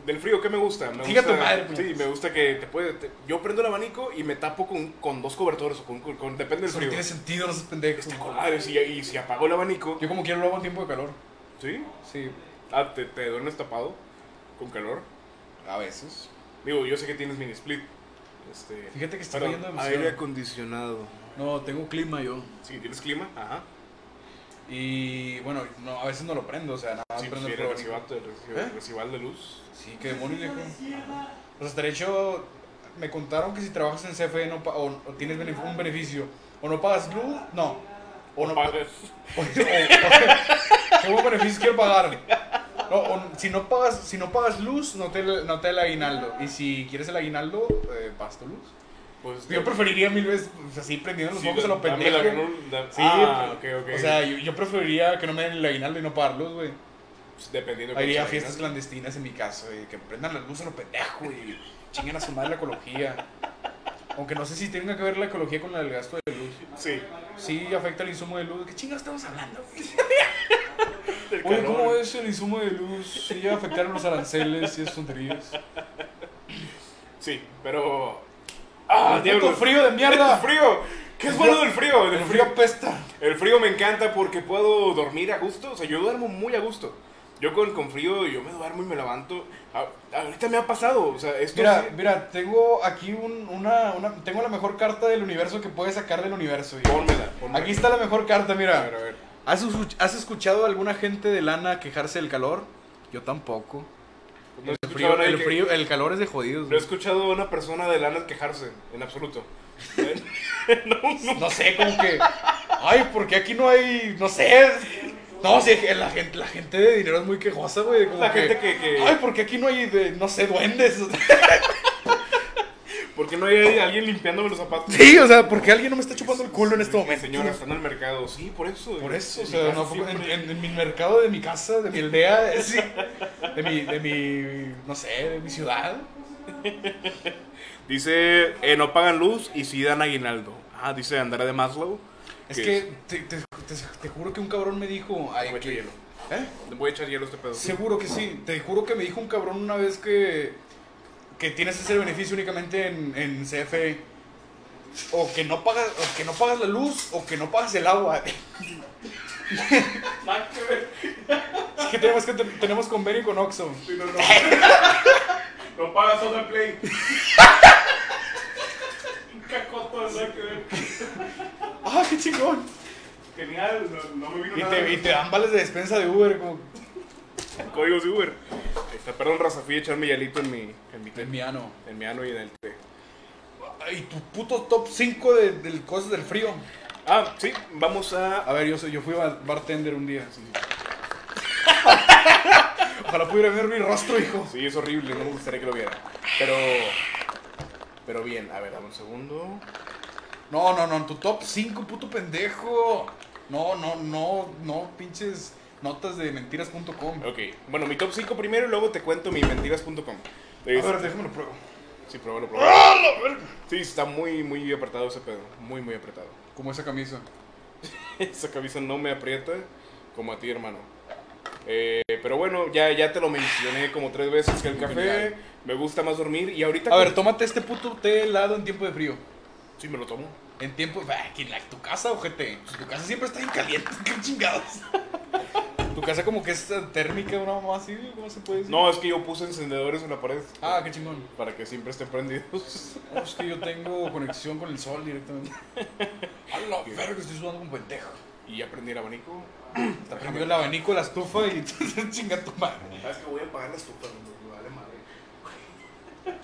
Del frío, ¿qué me gusta? Me Chinga gusta, tu madre, pues. Sí, me gusta que te puede. te- yo prendo el abanico y me tapo con, con dos cobertores o con, con- con- depende del Eso no frío. tiene sentido, no seas pendejo. Está con madre, si- y si apagó el abanico. Yo como quiero lo hago en tiempo de calor. Sí. Sí. Ah, te, te duermes tapado con calor. A veces. Digo, yo sé que tienes mini split. Este, Fíjate que está perdón, cayendo demasiado. aire acondicionado. No, tengo clima yo. Sí, ¿tienes clima? Ajá. Y bueno, no, a veces no lo prendo, o sea, nada más Sí, pues, prendo sí, Ah, el el programa. recibo- el recibo- ¿Eh? el recibo de luz. Sí, qué demonios, viejo. O sea, estaría hecho. Me contaron que si trabajas en CFE no pa- o, o tienes benef- un beneficio, o no pagas luz, no. O no pagas. Pagas. ¿Qué buen beneficio quiero pagar? No, o- si, no pagas, si no pagas luz, no te, no te da el aguinaldo. Y si quieres el aguinaldo, eh, pagas tu luz. Pues, Yo preferiría mil veces pues, así prendiendo los sí, focos a lo dámela pendejo. con un- da- Sí, ah, ok, pero- ok. o sea, yo, yo preferiría que no me den el aguinaldo y no pagarlos, güey. Pues, dependiendo de Haría cuánto fiestas tengas. clandestinas en mi casa, güey, que prendan la luz a lo pendejo, güey. Chinguen a su madre la ecología. Aunque no sé si tenga que ver la ecología con la del gasto de luz. Sí. Sí, afecta el insumo de luz. ¿Qué chingados estamos hablando? Del Oye, calor. ¿cómo es el insumo de luz? Sí, afectaron los aranceles y esas tonterías. Sí, pero. ¡Ah, ¡Tengo diablos! frío de ¡El mierda! frío! ¿Qué es bueno del frío? Del El frío apesta. El frío me encanta porque puedo dormir a gusto. O sea, yo duermo muy a gusto. Yo con, con frío, yo me duermo y me levanto. A- ahorita me ha pasado. O sea, esto Mira, sí- mira, tengo aquí un- una, una- tengo la mejor carta del universo que puedes sacar del universo. güey. Pónmela, pónmela. Aquí está la mejor A carta, ver, mira. a ver. ¿Has, escuch- has escuchado a alguna gente de lana quejarse del calor? Yo tampoco. No he El escuchado a frío, nadie el, que- frío, el calor es de jodidos. No he güey. escuchado a una persona de lana quejarse, en absoluto. No sé, como que Ay, ¿por qué aquí no hay, no sé? No, sí, la gente, la gente de dinero es muy quejosa, güey. como La gente que- que- Ay, ¿por qué aquí no hay, de, no sé, duendes? ¿Por qué no hay alguien limpiándome los zapatos? Sí, o sea, ¿por qué alguien no me está chupando el culo en este momento? Señora, está en el mercado. Sí, por eso. Por eso, o En mi sea, casa no fue- en, siempre- en- en mi mercado de mi casa, de mi aldea, eh, sí, de mi, de mi, no sé, de mi ciudad. Dice, eh, no pagan luz y sí dan aguinaldo. Ah, dice Andrea de Maslow. Es que te, te, te, te juro que un cabrón me dijo... Ay, Mucho que- hielo. ¿Eh? Le Voy a echar hielo a este pedo. Seguro que sí. Te juro que me dijo un cabrón una vez que, que tienes ese beneficio únicamente en, en CFE. O que, no pagas, o que no pagas la luz o que no pagas el agua. Es que tenemos, que tenemos convenio con Oxxo. No, no. no pagas otra play. Un cacoto, nada que ver. ¡Ah, qué chingón! Genial, no, no me vino Y nada. te, y te dan vales de despensa de Uber. Como, Códigos de Uber. Ahí está, perdón, Raza, fui a echarme hielito en mi, en mi té. en mi ano. En mi ano y en el té. Y tu puto top 5 de, del cosas del frío. Ah, sí, vamos a... A ver, yo, soy- yo fui bar- bartender un día. sí. Ojalá pudiera ver mi rostro, hijo. Sí, es horrible, no me gustaría que lo viera. Pero... Pero bien, a ver, dame un segundo. No, no, no, tu top 5, puto pendejo. No, no, no, no, pinches notas de mentiras.com. Ok, bueno, mi top 5 primero y luego te cuento mi mentiras.com. A este. ver, déjamelo pruebo. Sí, pruébalo, pruébalo. Sí, está muy, muy apretado ese pedo. Muy, muy apretado. Como esa camisa. Esa cabeza no me aprieta como a ti, hermano. Eh, pero bueno, ya, ya te lo mencioné como tres veces que el café me gusta más dormir y ahorita... A ver, tómate este puto té helado en tiempo de frío. Sí, me lo tomo. En tiempo. Bah, aquí en la- tu casa, ojete. Pues tu casa siempre está bien caliente, qué chingados. tu casa como que es eh, térmica, una mamá así, ¿cómo se puede decir? No, es que yo puse encendedores en la pared. Ah, qué chingón. Para que siempre estén prendidos. No, es que yo tengo conexión con el sol directamente. A la verga, estoy sudando como pendejo. Y ya prendí el abanico. Te prendió el abanico, la estufa y chinga tu madre. Sabes Ah, que voy a apagar la estufa, me vale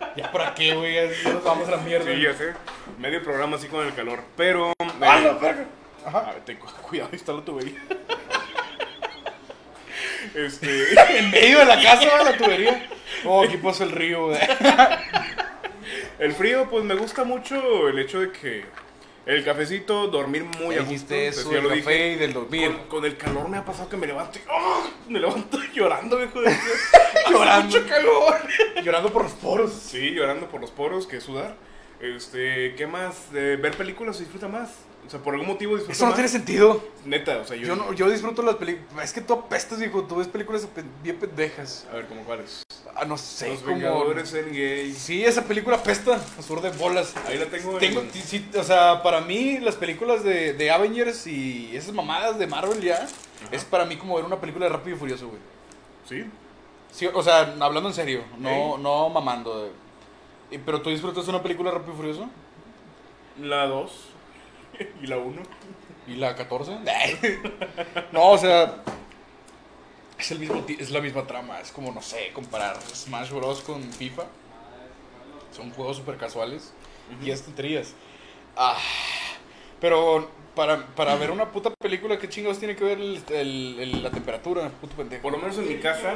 madre. ¿Ya para qué, güey? Así Nos vamos a la mierda. Sí, ya sé. Medio programa así con el calor. Pero... ¡A eh, la verga! A Ajá. ver, ten cu- cuidado, ahí está la tubería. este. En medio de la casa, güey, la tubería. Oh, aquí pasó el río, güey. El frío, pues me gusta mucho el hecho de que el cafecito, dormir muy a gusto. pues, ya lo dije. y del dormir. Con, con el calor me ha pasado que me levanto y. ¡ah! Me levanto llorando, hijo de Dios. Llorando. Hace Mucho calor. Llorando por los poros. Sí, llorando por los poros, que sudar. Este, ¿qué más? Eh, ver películas se disfruta más. O sea, por algún motivo disfruta Eso no más. tiene sentido. Neta, o sea, yo. Yo, no, yo disfruto las películas. Es que tú apestas, viejo. Tú ves películas pen- bien pendejas. A ver, ¿cómo cuáles? Ah, no sé, los como. Vengadores en gay. Sí, esa película apesta. Azur de bolas. Ahí la tengo. en- Tengo, sí, sí, o sea, para mí las películas de, de Avengers y esas mamadas de Marvel ya es para mí como ver una película de Rápido y Furioso, güey. Sí. Sí, o sea, hablando en serio, no, Ey. no mamando. eh. Y- ¿Pero tú disfrutas una película de Rápido y Furioso? La 2 y la 1. ¿Y la 14? no, o sea, es, el mismo, ti- es la misma trama. Es como, no sé, comparar Smash Bros. con FIFA. Son juegos súper casuales y es tonterías. Ah, pero para, para ver una puta película, ¿qué chingados tiene que ver el- el- el- la temperatura? Puto pendejo. Por lo menos en mi casa,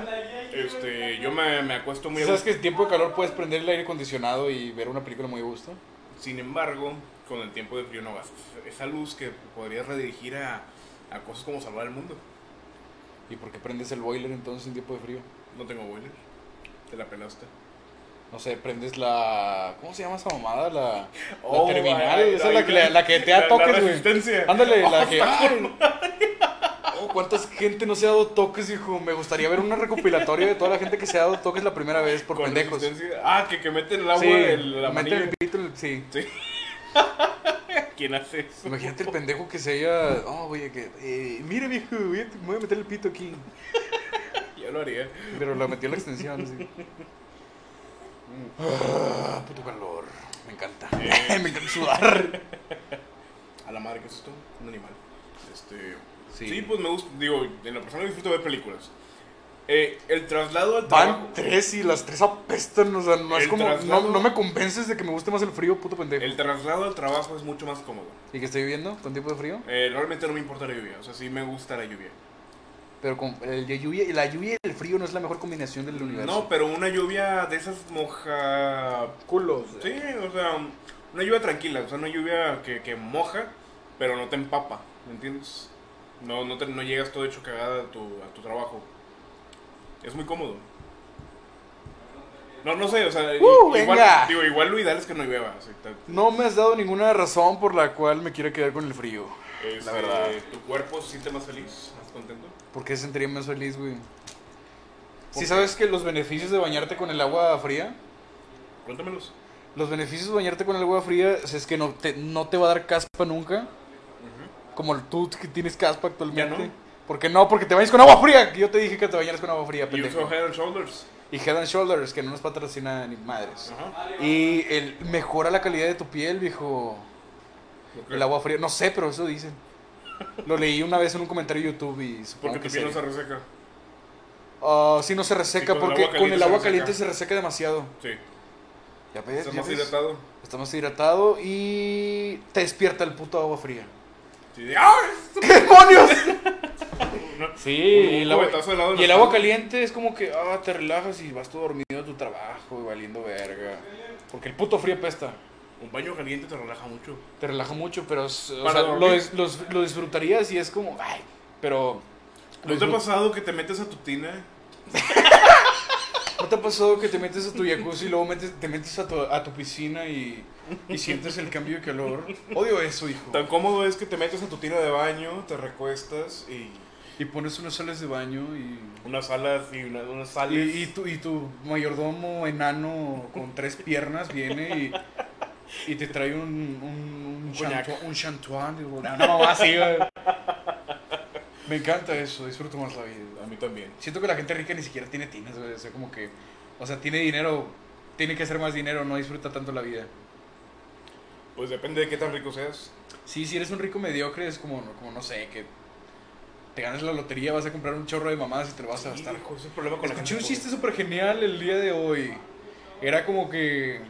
este, yo me, me acuesto muy a ¿Sabes gusto. que en tiempo de calor puedes prender el aire acondicionado y ver una película muy a gusto? Sin embargo, con el tiempo de frío no gastas. Esa luz que podrías redirigir a, a cosas como salvar el mundo. ¿Y por qué prendes el boiler entonces en tiempo de frío? No tengo boiler. Te la pelaste. No sé, prendes la. ¿Cómo se llama esa mamada? La, Oh, la terminal. ay, esa ay, es la que, la- la, que te la- da la toques, güey. Ah, resistencia. Ándale, la que. ay. Oh, ¿Cuánta gente no se ha dado toques, hijo? Me gustaría ver una recopilatoria de toda la gente que se ha dado toques la primera vez por Con pendejos. resistencia. Ah, que, que meten el agua Sí, del la meten el manilla. pito, en el- sí. ¿Quién hace eso? Imagínate el pendejo que se haya. Oh, oye, que. eh, mira, viejo, voy a, voy a meter el pito aquí. Yo lo haría. Pero la metió en la extensión, así. Mm. Ah, puto calor. Me encanta. Me encanta sudar. A la madre, ¿qué es esto? Un animal. Este. Sí. Sí, pues me gusta. Digo, en la persona disfruto ver películas. eh, el traslado al trabajo. Van tres y las tres apestan, o sea, no es El como, no, traslado- no me convences de que me guste más el frío, puto pendejo. El traslado al trabajo es mucho más cómodo. ¿Y que está lloviendo con tiempo de frío? Eh, realmente no me importa la lluvia, o sea, sí me gusta la lluvia. Pero con el de lluvia, la lluvia y el frío no es la mejor combinación del No, universo. pero una lluvia de esas moja... culos. Sí, o sea, una lluvia tranquila, o sea, una lluvia que, que moja, pero no te empapa, ¿me entiendes? No, no, te- no llegas todo hecho cagada a tu, a tu trabajo. Es muy cómodo. No, no sé, o sea, i- ¡Uh, igual, venga! digo, igual lo ideal es que no llueva. así, ta- No me has dado ninguna razón por la cual me quiera quedar con el frío. este, verdad. Tu cuerpo se siente más feliz, más contento. ¿Por qué sentiría más feliz, güey? Si qué? sabes que los beneficios de bañarte con el agua fría, Cuéntamelos. los beneficios de bañarte con el agua fría es que no te, no te va a dar caspa nunca. Como tú que tienes caspa Ya actualmente. no. ¿Por qué no? Porque te bañas con agua fría. que Yo te dije que te bañaras con agua fría, Y pendejo. uso Head and Shoulders. Y Head and Shoulders, que no nos patrocina ni madres. Ajá. Y el, mejora la calidad de tu piel, viejo. Ok. El agua fría. No sé, pero eso dicen. Lo leí una vez en un comentario de YouTube y supongo Porque que tu piel no sí. se reseca. Ah, sí, no se reseca Sí, con el porque agua con el caliente agua se caliente reseca. se reseca demasiado. Sí. Ya ves, Estás ya más ves. hidratado. Está más hidratado y te despierta el puto agua fría. Sí, de- ¡Ah! ¡Qué demonios! sí, Un el agua, cubetazo de helado en y el la agua espalda. caliente es como que ah, te relajas y vas todo dormido a tu trabajo y valiendo verga. Porque el puto frío pesta. Un baño caliente te relaja mucho. Te relaja mucho, pero es- o Para sea, dormir. lo, dis- los- lo disfrutarías y es como, ay, pero... ¿No lo te ha disfrut- pasado que te metes a tu tina? ¿No te ha pasado que te metes a tu jacuzzi y luego metes- te metes a tu, a tu piscina y, y sientes el cambio de calor? Odio eso, hijo. Tan cómodo es que te metes a tu tina de baño, te recuestas y Y pones unas sales de baño y... unas alas y una- unas Y, sales. y tu, y tu mayordomo enano con tres piernas viene y, y te trae un, un, un, Coñac. chantua- un chantuán. digo, no, no, mamá, sí, güey. Me encanta eso, disfruto más la vida. A mí también. Siento que la gente rica ni siquiera tiene tinas, güey. O sea, como que. O sea, tiene dinero, tiene que hacer más dinero, no disfruta tanto la vida. Pues depende de qué tan rico seas. Sí, si eres un rico mediocre, es como, como no sé, que te ganas la lotería, vas a comprar un chorro de mamadas y te lo vas a Sí, gastar. hijo, ese es el problema con la gente Escuché un pobre. chiste súper genial el día de hoy. Era como que.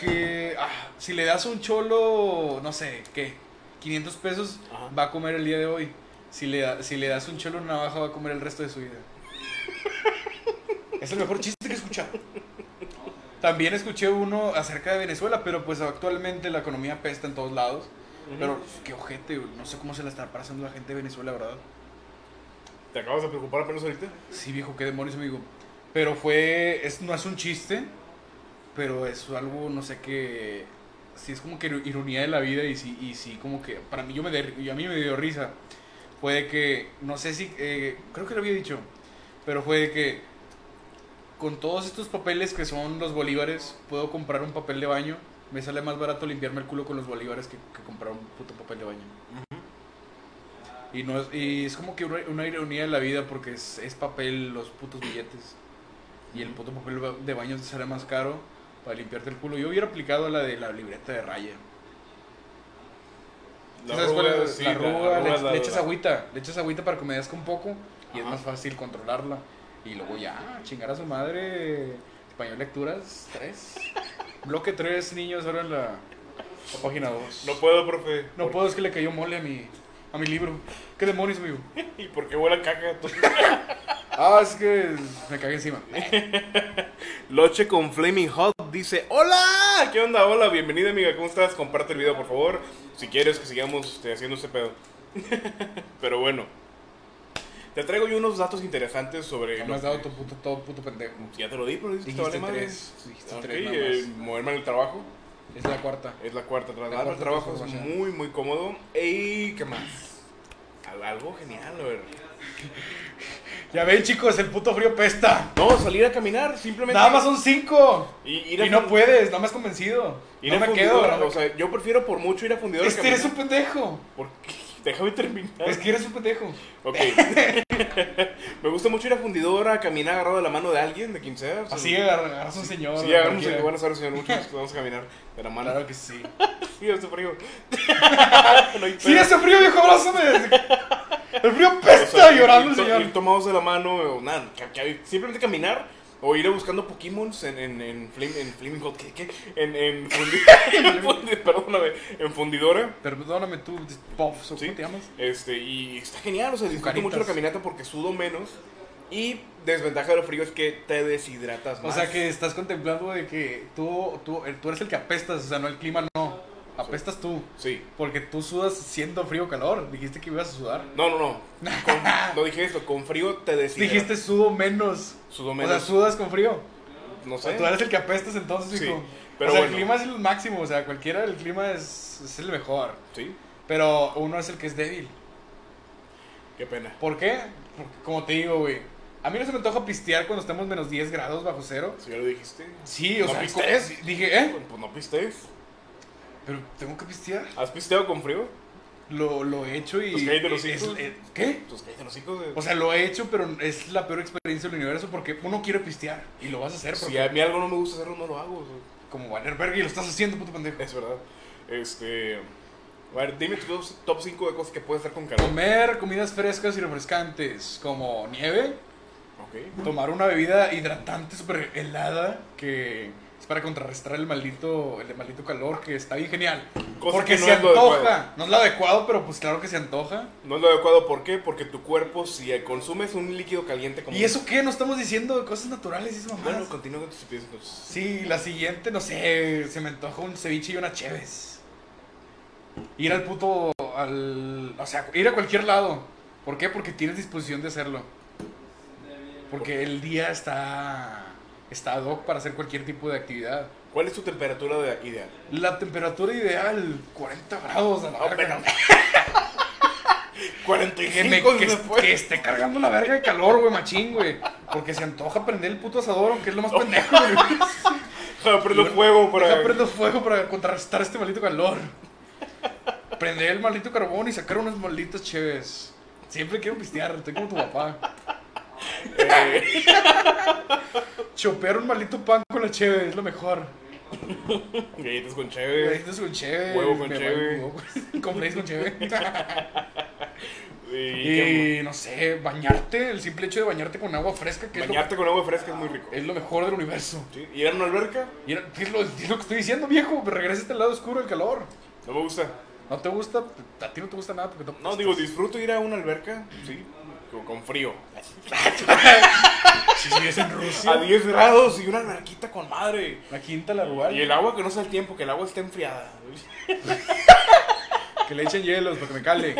Que. ah, si le das a un cholo, no sé, ¿qué? 500 pesos, Ajá. va a comer el día de hoy. Si le, da- si le das a un cholo una navaja, va a comer el resto de su vida. es el mejor chiste que he escuchado. También escuché uno acerca de Venezuela, pero pues actualmente la economía pesta en todos lados. Ujú. Pero pues, qué ojete, güey. no sé cómo se la está pasando la gente de Venezuela, ¿verdad? ¿Te acabas de preocupar apenas ahorita? Sí, viejo, qué demonios, amigo. Pero fue. Es, no es un chiste, pero es algo, no sé qué. Sí, es como que ir- ironía de la vida y sí, y sí como que. Para mí, yo me, der- y a mí me dio risa. Fue de que. No sé si. eh, creo que lo había dicho. Pero fue de que. Con todos estos papeles que son los bolívares, puedo comprar un papel de baño. Me sale más barato limpiarme el culo con los bolívares que, que comprar un puto papel de baño. Y, no es, y es como que una, una ironía de la vida porque es, es papel los putos billetes. Y el puto papel ba- de baño te sale más caro para limpiarte el culo. Yo hubiera aplicado la de la libreta de raya. ¿Sabes cuál es? sí, la arruga, le, la- le echas la- agüita. Le echas agüita para que humedezca un poco y es Ajá. más fácil controlarla. Y luego ya, chingar a su madre. Español Lecturas 3. Bloque 3, niños, ahora en la, la página 2. No puedo, profe. No ¿Por- puedo, es que le cayó mole a mi, a mi libro. ¿Qué demonios, amigo? ¿Y por qué huele a caca? Ah, es que me cagué encima. Loche con Flaming Hot dice: ¡Hola! ¿Qué onda? Hola, bienvenida, amiga. ¿Cómo estás? Comparte el video, por favor. Si quieres que sigamos este, haciendo este pedo. Pero bueno, te traigo yo unos datos interesantes sobre. Ya lo me has dado que- tu puto, todo puto pendejo. Ya te lo di, pero dices que te vale Dijiste madre. tres, dijiste Ok, tres nada eh, más. moverme al trabajo. Es la cuarta. Es la cuarta. La Trasladar cuarta al trabajo es transformación. muy, muy cómodo. ¿Y qué más? Al- Algo genial, a ver. Ya ven, chicos, el puto frío pesta. No, salir a caminar, simplemente. Nada más son cinco. Y, ir a Y no fun- puedes, no me has convencido. ir no a me quedo. fundidora, no me- O sea, yo prefiero por mucho ir a fundidora Este que a eres un pendejo. ¿Por qué? Déjame terminar. Es que eres un pendejo. Ok. Me gusta mucho ir a fundidora, caminar agarrado de la mano de alguien, de quien sea. o sea, Así agarras a un señor. Sí, güey, agarramos el cualquiera. igual a señor mucho, nos vamos a caminar de la mano. Claro que sí. Mira, este frío. no hay Sí, pedo. ese frío, viejo, abrázame. El frío O sea, pesta ir- llorando ir el to- señor. Ir tomados de la mano, o nada, ca- ca- simplemente caminar. O ir buscando Pokémon en, en, en, Flame- en Flaming Hot, ¿qué? qué? En, en, fundi- en fundi- perdóname, en fundidora. Perdóname tú, Puff, ¿cómo Sí. te llamas? Este, y está genial, o sea, disfruto Azucaritas. mucho la caminata porque sudo menos. Y desventaja de lo frío es que te deshidratas O más. sea que estás contemplando de que tú, tú, tú eres el que apestas, o sea, no el clima, no. Apestas tú. Sí. Porque tú sudas siendo frío o calor. Dijiste que ibas a sudar. No, no, no. Con- no dije esto, con frío te deshidratas. Dijiste sudo menos. Sudo O sea, menos. sudas con frío. no O sea, sé. tú eres el que apestas entonces, Sí, hijo. pero o sea, bueno. el clima es el máximo. O sea, cualquiera el clima es, es el mejor. Sí, Pero uno es el que es débil. qué pena. ¿Por qué? Porque, como te digo, güey. A mí no se me antoja pistear cuando estamos menos 10 grados bajo cero. Si ya lo dijiste. Sí, o ¿No sea, pistees? co- dije, ¿eh? Pues no pistees. Pero tengo que pistear. ¿Has pisteado con frío? Lo, lo he hecho y. Pues cállate los es- hijos. es- ¿Qué? Pues cállate los hijos. O sea, lo he hecho, pero es la peor experiencia del universo porque uno quiere pistear y lo vas a hacer si porque a mí algo no me gusta hacerlo, no lo hago. o sea, como valer verga y lo estás haciendo, puto pendejo. Es verdad. Este. A ver, dime tu top- top 5 de cosas que puedes hacer con calor. Comer comidas frescas y refrescantes como nieve, Ok. tomar una bebida hidratante super helada que es para contrarrestar el maldito, el maldito calor que está bien genial. Cosa porque que no se es lo adecuado. antoja. No es lo adecuado, pero pues claro que se antoja. No es lo adecuado, ¿por qué? Porque tu cuerpo, si consumes un líquido caliente como. ¿Y eso qué? No estamos diciendo cosas naturales, es mamadas. Bueno, continúa con tus pies entonces. Sí, la siguiente, no sé, se me antoja un ceviche y una cheves. Ir al puto, al, o sea, ir a cualquier lado. ¿Por qué? Porque tienes disposición de hacerlo. Porque el día está, está ad hoc para hacer cualquier tipo de actividad. ¿Cuál es tu temperatura de ideal? La temperatura ideal, 40 grados. A la No, verga. pero- que, me- 45 que, que esté cargando la verga de calor, güey, machín, güey. Porque se antoja prender el puto asador, aunque es lo más pendejo, güey. Deja, prendo fuego para. Deja prendo fuego para contrarrestar este maldito calor. Prender el maldito carbón y sacar unos malditos chéves. Siempre quiero pistear, estoy como tu papá. Eh, Chopear un maldito pan con la cheve es lo mejor. galletas con cheve. Galletas con cheve. Eh, Huevo con me cheve. valgo, güey. Con fries con cheve. Y, qué- Y no sé, bañarte. El simple hecho de bañarte con agua fresca, que es lo, bañarte con agua fresca es muy rico. es lo mejor del universo. Sí, ¿Y era una alberca? Y era- es, lo, es lo que estoy diciendo, viejo. Me regresa este lado oscuro del calor. No me gusta. No te gusta, a ti no te gusta nada porque No, digo, disfruto ir a una alberca, sí, con, con frío. si vives en Rusia. A 10 grados y una alberquita con madre. La quinta, la rural. Y el agua que no sea el tiempo, que el agua esté enfriada. Que le echen hielos para que me cale.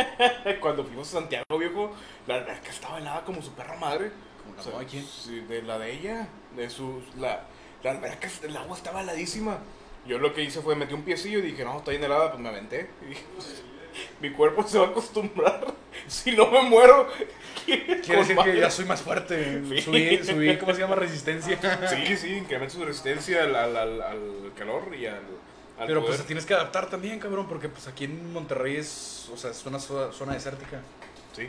Cuando fuimos a Santiago, viejo, la alberca estaba helada como su perra madre. Como la O sea, mamá de quién. sí, de la de ella, de su, la, la alberca, el agua estaba heladísima. Yo lo que hice fue metí un piecillo y dije, no, está bien helada, pues me aventé. Y dije, pues, mi cuerpo se va a acostumbrar. Si no me muero, Quiere decir que ya soy más fuerte. Sí. Subí, subí, ¿cómo se llama? Resistencia. Sí, sí, incrementa su resistencia al, al, al, al calor y al, al Pero poder. pues te tienes que adaptar también, cabrón, porque pues aquí en Monterrey es, o sea, es una zo- zona desértica. Sí.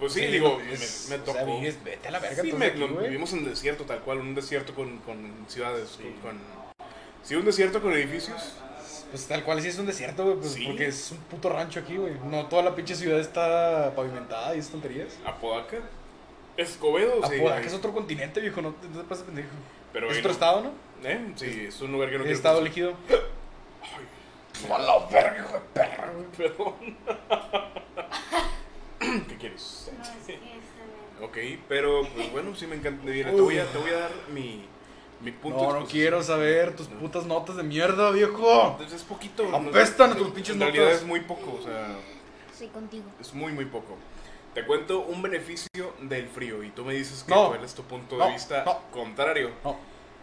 Pues sí, digo, es- me, me o tocó. sea, vives- vete a la verga, Sí, entonces, me- aquí, no, güey. vivimos en desierto tal cual, un desierto con, con ciudades, con, con- Sí, un desierto con edificios. Pues tal cual sí es un desierto, güey, pues, Sí. porque es un puto rancho aquí, güey. No toda la pinche ciudad está pavimentada y es tonterías. Apodaca. Escobedo, sí. Apodaca ahí. es otro continente, viejo, no te, no te pases pendejo. Pero es ahí otro no. estado, ¿no? ¿Eh? Sí, es un lugar que pues no quiero es estado conocer. líquido. A la verga, hijo de perra, güey. Perdón. ¿Qué quieres? Ok, pero pues bueno, sí me encanta. Mira, te, voy a, te voy a dar mi, mi punto de No, no exposición. quiero saber tus putas notas de mierda, viejo. Pues es poquito. Apestan a tus en- pinches En realidad notas. es muy poco, o sea, Estoy contigo. es muy, muy poco. Te cuento un beneficio del frío y tú me dices que No. cuál es tu punto de No, vista no. contrario. No.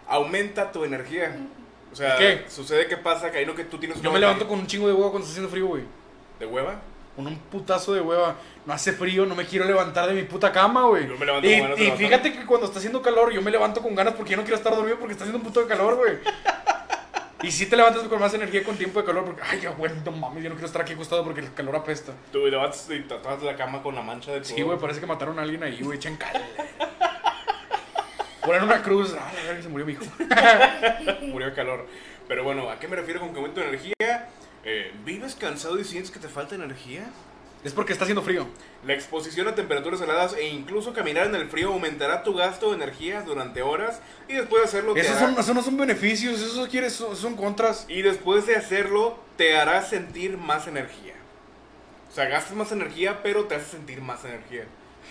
Aumenta tu energía. O sea, ¿Qué? sucede que pasa que ahí lo que tú tienes... Yo una me levanto batalla- con un chingo de hueva cuando está haciendo frío, güey. ¿De hueva? Con un putazo de hueva. No hace frío, no me quiero levantar de mi puta cama, güey. Yo me levanto Y, con ganas de y levantarme. fíjate que cuando está haciendo calor, yo me levanto con ganas porque yo no quiero estar dormido porque está haciendo un puto de calor, güey. Y si te levantas con más energía con tiempo de calor, porque, ay, ya, güey, no mames, yo no quiero estar aquí acostado porque el calor apesta. Tú y levantas y tratas la cama con la mancha del Sí, sudor. güey, parece que mataron a alguien ahí, güey, echen cal. Ponen una cruz, ah, la verga, se murió mi hijo. Murió de calor. Pero bueno, ¿a qué me refiero con que aumento de energía? Eh, ¿Vives cansado y sientes que te falta energía? Es porque está haciendo frío. La exposición a temperaturas heladas e incluso caminar en el frío aumentará tu gasto de energía durante horas y después de hacerlo te Esos, hará- son, esos no son beneficios, esos quieres, son, son contras. y después de hacerlo te hará sentir más energía. O sea, gastas más energía, pero te hace sentir más energía.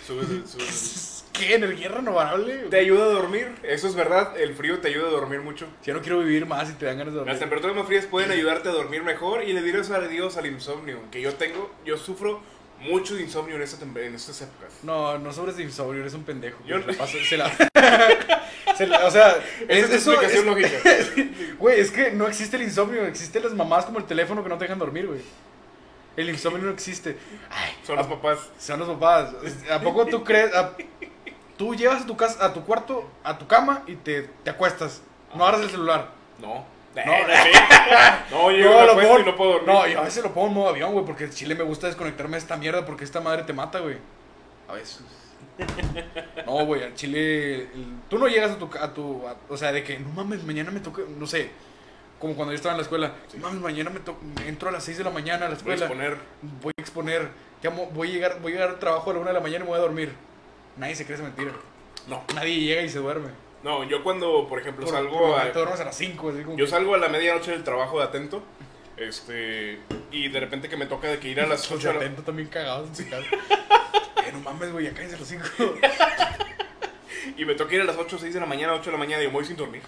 Subes- subes- ¿Qué? ¿Energía renovable? te ayuda a dormir, eso es verdad, el frío te ayuda a dormir mucho. Si ya no quiero vivir más y te dan ganas de Las dormir. temperaturas más frías pueden ayudarte a dormir mejor y le dirás adiós al insomnio, que yo tengo, yo sufro mucho de insomnio en, esta tem- en estas épocas. No, no sobres de insomnio, eres un pendejo. Yo güey, no- la paso- se la- se la- o sea, Esa es tu eso- explicación es- lógica. Güey, es que no existe el insomnio, existen las mamás como el teléfono que no te dejan dormir, güey. El insomnio no existe. Ay, Son los papás. son los papás. ¿A poco tú crees? a- tú llevas a tu casa, a tu cuarto, a tu cama y te, te acuestas. No abras el celular. No. No, No, yo me acuesto y no puedo dormir. No, yo a veces lo pongo en modo avión, güey, porque el chile me gusta desconectarme de esta mierda porque esta madre te mata, güey. A veces. No, güey, al chile. el- tú no llegas a tu. ca- A tu a- o sea, de que no mames, mañana me toca. No sé. Como cuando yo estaba en la escuela. No mames, mañana me toca. Entro a las 6 de la mañana a Voy a la escuela. exponer. Voy a exponer. ya mo- voy, a llegar, voy a llegar al trabajo a la 1 de la mañana y me voy a dormir. Nadie se cree esa mentira. No. Nadie llega y se duerme. No, yo cuando, por ejemplo, Por- salgo por- a, Te duermes a las 5. Así como Yo que- salgo a la medianoche del trabajo de atento. Este. Y de repente que me toca de que ir a las Los 8 de de la, atento también cagados en su casa. Eh, no mames, güey, ya cállense los cinco. Y me toca ir a las 8, 6 de la mañana, 8 de la mañana. Digo, me voy sin dormir.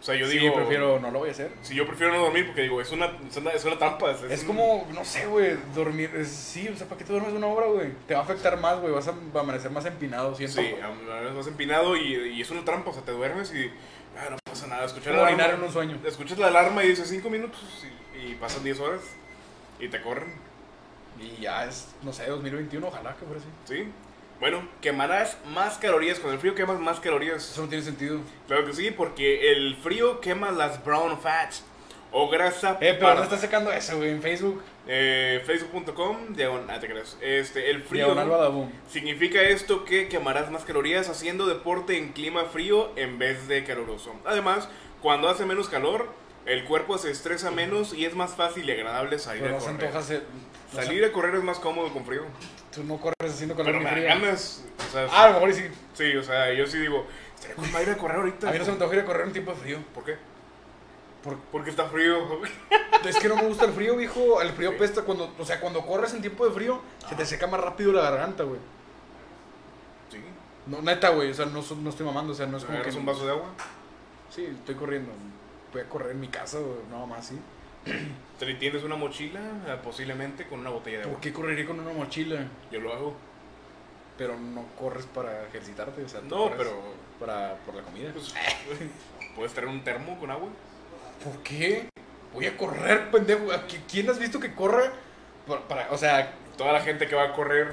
O sea, yo sí, digo. prefiero, no lo voy a hacer. Si yo prefiero no dormir porque digo, es una, es una, es una trampa. Es, Es un- como, no sé, güey, dormir. es- sí, o sea, ¿para qué te duermes una hora, güey? Te va a afectar más, güey, vas a amanecer más empinado, siento. Sí, Sí, a a veces vas empinado y, y es una trampa. O sea, te duermes y. ah, no pasa nada. Escuchas la, orinar alarma, en un sueño. escuchas la alarma y dices 5 minutos y, y pasan 10 horas y te corren. Y ya es, no sé, 2021, ojalá que fuera así. ¿Sí? Bueno, quemarás más calorías. Con el frío quemas más calorías. Eso no tiene sentido. Claro que sí, porque el frío quema las brown fats o grasa Eh, pero para- no está sacando eso, güey, en Facebook. Eh, facebook.com diagonal ah, te creas. este el frío Diagonal Badaboom. significa esto que quemarás más calorías haciendo deporte en clima frío en vez de caluroso. Además, cuando hace menos calor, el cuerpo se estresa menos y es más fácil y agradable salir Pero a no se correr. antoja hacer. no Salir a correr es más cómodo con frío. se- tú no corres haciendo Pero calor ni me dan frío. ganas. o sea, Ah, a lo mejor y sí. sí, o sea, yo sí digo, estaría con madre ir a correr ahorita. A mí no se me antoja ir a correr en tiempo de frío. ¿Por qué? Por- Porque está frío. Es que no me gusta el frío, viejo. El frío Sí. pesta cuando, o sea, cuando corres en tiempo de frío, se te seca más rápido la garganta, güey. sí. No, neta, güey, o sea, no, so- no estoy mamando, o sea, no es como que ¿Agarras un vaso de agua? Sí, estoy corriendo. Voy a correr en mi casa, güey, no más, sí. Te tienes una mochila, eh, posiblemente con una botella de agua. ¿Por qué correría con una mochila? Yo lo hago. Pero no corres para ejercitarte, o sea, tú No, corres pero para por la comida. pues, puedes traer un termo con agua. ¿Por qué? Voy a correr, pendejo. ¿A qui- ¿Quién has visto que corre? Para, para- o sea, Toda la gente que va a correr,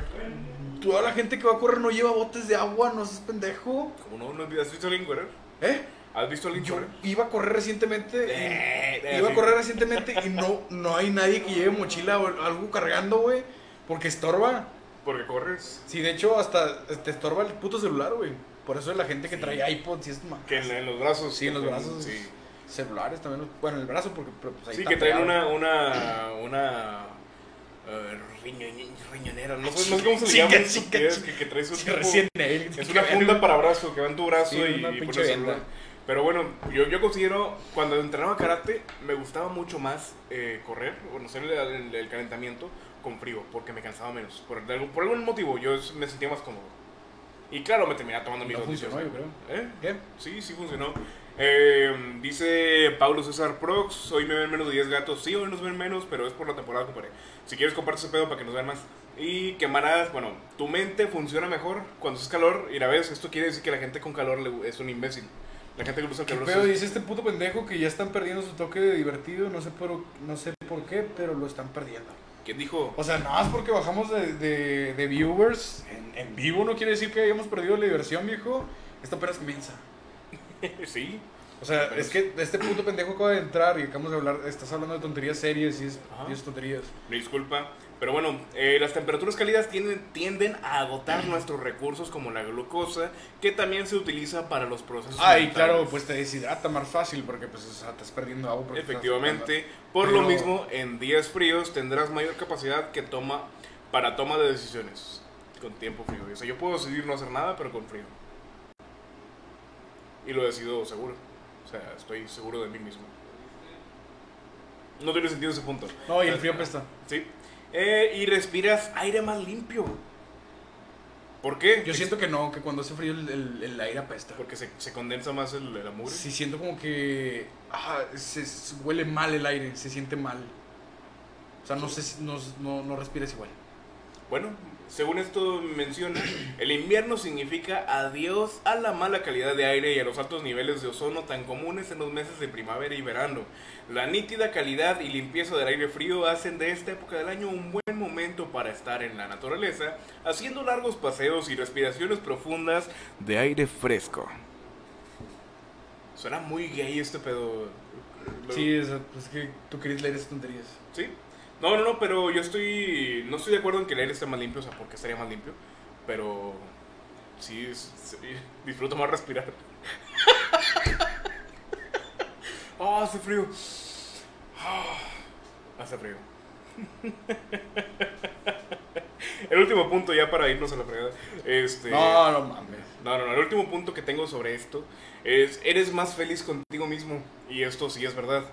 toda la gente que va a correr no lleva botes de agua, no seas pendejo. como no, ¿no has visto a alguien correr? ¿Eh? ¿Has visto a alguien Yo correr? iba a correr recientemente. y- Eh, eh, iba a sí. correr recientemente y no, no hay nadie que lleve mochila o algo cargando, güey. Porque estorba. Porque corres. Sí, de hecho, hasta te estorba el puto celular, güey. Por eso la gente que Sí. trae iPod, sí es más. Que en, en los brazos. Sí, en los brazos. Sí, Celulares también. los- Bueno, en el brazo, porque pero, pues, ahí Sí, está que traen pegado. una, una, una eh, riñone- riñonera. No sé, no sé cómo se le Chinga, llama. chinga, eso, que es chinga. que, que traes un Sí, tipo- recién él. Es una funda para brazo, que va en tu brazo Sí, y, una y pinche pones el venda. brazo. Pero bueno, yo, yo considero, cuando entrenaba karate, me gustaba mucho más eh, correr, o no sé, el, el- el calentamiento con frío, porque me cansaba menos. Por, de algún, por algún motivo, yo es- me sentía más cómodo. Y claro, me terminaba tomando mis No dosis, funcionó, o sea. yo creo. ¿Eh? ¿Qué? Sí, sí funcionó. Eh, dice Pablo César Prox, hoy me ven menos de 10 gatos. Sí, hoy nos ven menos, pero es por la temporada, compadre. Si quieres, comparte ese pedo para que nos vean más. Y quemarás, bueno, tu mente funciona mejor cuando es calor. Y la vez, esto quiere decir que la gente con calor le- es un imbécil. La gente que usa el ¿Qué calor pedo? es... Dice este puto pendejo que ya están perdiendo su toque de divertido. No sé por, no sé por qué, pero lo están perdiendo. ¿Quién dijo? O sea, nada más porque bajamos de, de- de viewers en, en vivo no quiere decir que hayamos perdido la diversión, viejo. Esto apenas comienza. sí. O sea, Pero es que este puto pendejo acaba de entrar y acabamos de hablar, estás hablando de tonterías serias y es, Ajá. y es tonterías. Me disculpa. Pero bueno, eh, las temperaturas cálidas tienden, tienden a agotar nuestros recursos como la glucosa, que también se utiliza para los procesos. Ah, y mentales. claro, pues te deshidrata más fácil porque pues o sea, estás perdiendo agua. porque estás Efectivamente, afectando. por lo Pero- mismo, en días fríos tendrás mayor capacidad que toma para toma de decisiones con tiempo frío. O sea, yo puedo decidir no hacer nada, pero con frío. Y lo decido seguro. O sea, estoy seguro de mí mismo. No tiene sentido ese punto. No, y el frío apesta. Sí. Eh, y respiras aire más limpio. ¿Por qué? Yo siento que no, que cuando hace frío el, el- el aire apesta. Porque se, se condensa más el, el amor. Sí, siento como que ah, se, se huele mal el aire, se siente mal. O sea, no, sé si- no, no, no respiras igual. Bueno, según esto menciona, el invierno significa adiós a la mala calidad de aire y a los altos niveles de ozono tan comunes en los meses de primavera y verano. La nítida calidad y limpieza del aire frío hacen de esta época del año un buen momento para estar en la naturaleza, haciendo largos paseos y respiraciones profundas de aire fresco. Suena muy gay este pedo. Lo- Sí, o sea, pues es que tú querías leer esas tonterías. Sí. No, no, no, pero yo estoy. No estoy de acuerdo en que el aire esté más limpio, o sea, porque estaría más limpio. Pero. Sí, es- sí, disfruto más respirar. ¡Ah, hace frío! Ah, hace frío. El último punto, ya para irnos a la fregada. Este. No, no mames. No, no, no, el último punto que tengo sobre esto es, eres más feliz contigo mismo, y esto sí es verdad.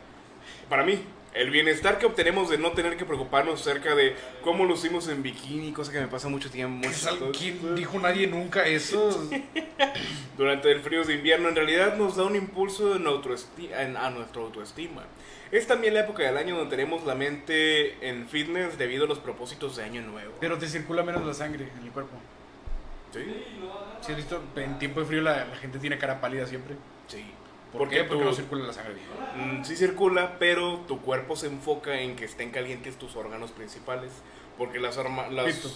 Para mí, el bienestar que obtenemos de no tener que preocuparnos acerca de cómo lucimos en bikini, cosa que me pasa mucho tiempo. ¿Qué es al- ¿Quién dijo nadie nunca eso? Durante el frío de invierno, en realidad nos da un impulso en autoesti- en- a nuestra autoestima. Es también la época del año donde tenemos la mente en fitness debido a los propósitos de año nuevo. Pero te circula menos la sangre en el cuerpo. Sí, Si has visto, en tiempo de frío la, la gente tiene cara pálida siempre. sí. ¿Por, qué? Porque tú- no circula la sangre bien. Mm, sí circula, pero tu cuerpo se enfoca en que estén calientes tus órganos principales. Porque las armas. Las, Pito.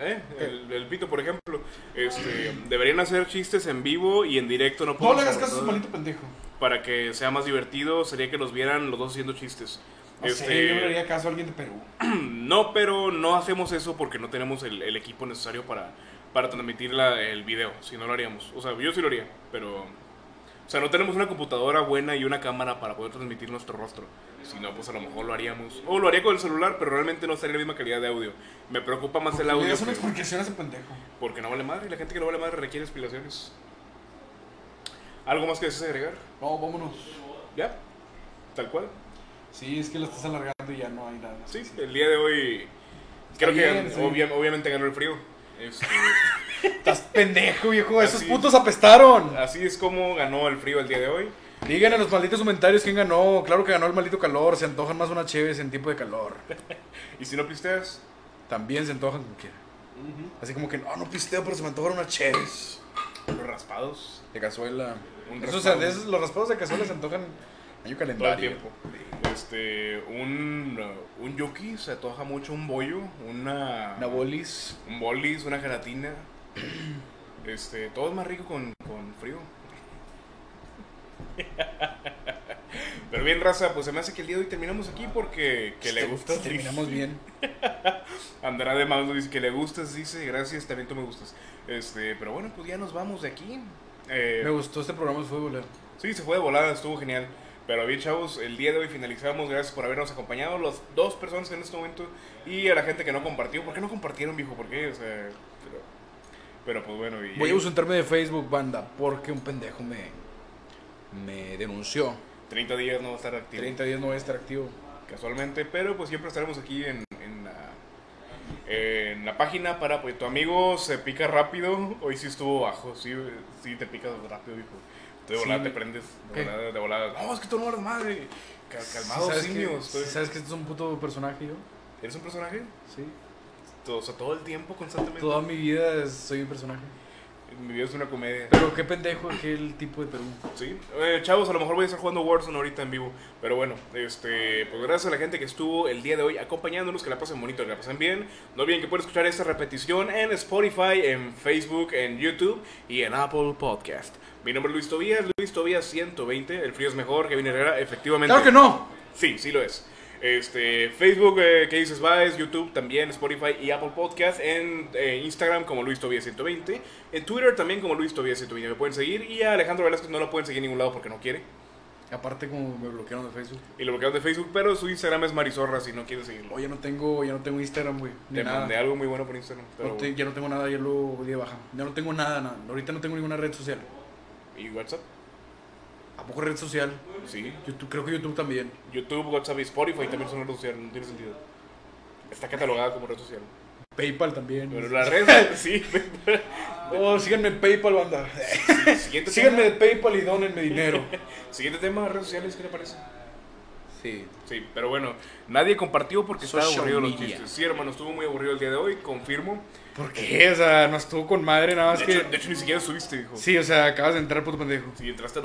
¿Eh? El, el pito, por ejemplo. Este, deberían hacer chistes en vivo y en directo. No, No podemos le hagas hacer caso a ese todo. maldito pendejo. Para que sea más divertido, sería que los vieran los dos haciendo chistes. No sé, Este, yo no le haría caso a alguien de Perú. no, pero no hacemos eso porque no tenemos el, el equipo necesario para, para transmitir la- el video. Si no lo haríamos. O sea, yo sí lo haría, pero. O sea, no tenemos una computadora buena y una cámara para poder transmitir nuestro rostro. Si no, pues a lo mejor lo haríamos. O lo haría con el celular, pero realmente no sería la misma calidad de audio. Me preocupa más el Le audio. das una que- explicación a ese pendejo. porque no vale madre. La gente que no vale madre requiere explicaciones. ¿Algo más que desees agregar? No, vámonos. ¿Ya? ¿Tal cual? Sí, es que lo estás alargando y ya no hay nada. Sí, el día de hoy. Creo bien, que sí. obvia- obviamente ganó el frío. Este, Estás pendejo, viejo. Esos Así. putos apestaron. así es como ganó el frío el día de hoy. Digan en los malditos comentarios quién ganó. Claro que ganó el maldito calor. Se antojan más unas chéves en tiempo de calor. Y si no pues, pisteas, También se antojan como quiera. Así como que, no, no pisteo, pero se me antojan unas chéves. los raspados. De cazuela. Un Esos, raspado. esos- los raspados de cazuela se antojan año Todo el calendario. tiempo. Este, un, uh, un yuki se atoja mucho, un bollo, una, Una bolis. un bolis, una gelatina. Este, todo es más rico con, con frío. Pero bien, raza, pues se me hace que el día de hoy terminamos aquí porque que le Este- gusta. si Terminamos bien. Andará de Mauro dice que le gustas, dice gracias, también tú me gustas. Este, pero bueno, pues ya nos vamos de aquí. Eh, Me gustó este programa de fútbol. eh. Sí, se fue de volada, estuvo genial. Pero bien, chavos, el día de hoy finalizamos. Gracias por habernos acompañado, las dos personas en este momento y a la gente que no compartió. ¿Por qué no compartieron, viejo? ¿Por qué? O sea, pero, pero pues bueno. Y, Voy a ausentarme de Facebook, banda, porque un pendejo me, me denunció. 30 días no va a estar activo 30 días no voy a estar activo. casualmente, pero pues siempre estaremos aquí en, en la, en la página para pues tu amigo se pica rápido. Hoy sí estuvo bajo, sí, sí te picas rápido, viejo. Tú De Sí, volada te güey. prendes, de ¿Qué? volada, de volada. No, es que tú no eres madre. Cal- Calmado, ¿Sabes simio. que, estoy- ¿Sabes que este es un puto personaje yo? ¿Eres un personaje? Sí. todo, o sea, todo el tiempo, constantemente. Toda mi vida es- soy un personaje. Mi vida es una comedia. Pero qué pendejo aquel tipo de Perú. Sí, eh, chavos, a lo mejor voy a estar jugando Warzone ahorita en vivo. Pero bueno, este, pues gracias a la gente que estuvo el día de hoy acompañándonos, que la pasen bonito, que la pasen bien. No olviden que pueden escuchar esta repetición en Spotify, en Facebook, en YouTube y en Apple Podcast. Mi nombre es Luis Tobías, Luis Tobías 120, el frío es mejor, Kevin Herrera, efectivamente. ¡Claro que no! Sí, sí lo es. Este, Facebook, eh, que dices Baez, YouTube también, Spotify y Apple Podcast, en eh, Instagram como Luis Tobías 120, en Twitter también como Luis Tobías 120, me pueden seguir y a Alejandro Velázquez no lo pueden seguir en ningún lado porque no quiere Aparte como me bloquearon de Facebook. y lo bloquearon de Facebook, pero su Instagram es Marizorra si no quiere seguirlo. Oye, ya no tengo, ya no tengo Instagram, güey. ni Te nada. mandé algo muy bueno por Instagram. pero No te- ya no tengo nada, ya lo di de baja. Ya no tengo nada, nada. Ahorita no tengo ninguna red social. bueno. ¿Y WhatsApp? ¿A poco red social? Sí. YouTube, creo que YouTube también. YouTube, WhatsApp y Spotify también son redes sociales, no tiene sentido. Está catalogada como red social. PayPal también. Pero la red, sí. Oh, síganme en PayPal, banda. Siguiente Síganme de tema, PayPal y donenme dinero. siguiente tema, redes sociales, ¿qué le parece? Sí. Sí, pero bueno, nadie compartió porque estaba Social aburrido los media. chistes. Sí, hermano, estuvo muy aburrido el día de hoy, confirmo. ¿Por qué? O sea, no estuvo con madre nada más De que. hecho, de hecho, ni siquiera subiste, hijo. Sí, o sea, acabas de entrar, puto pendejo. Si entraste a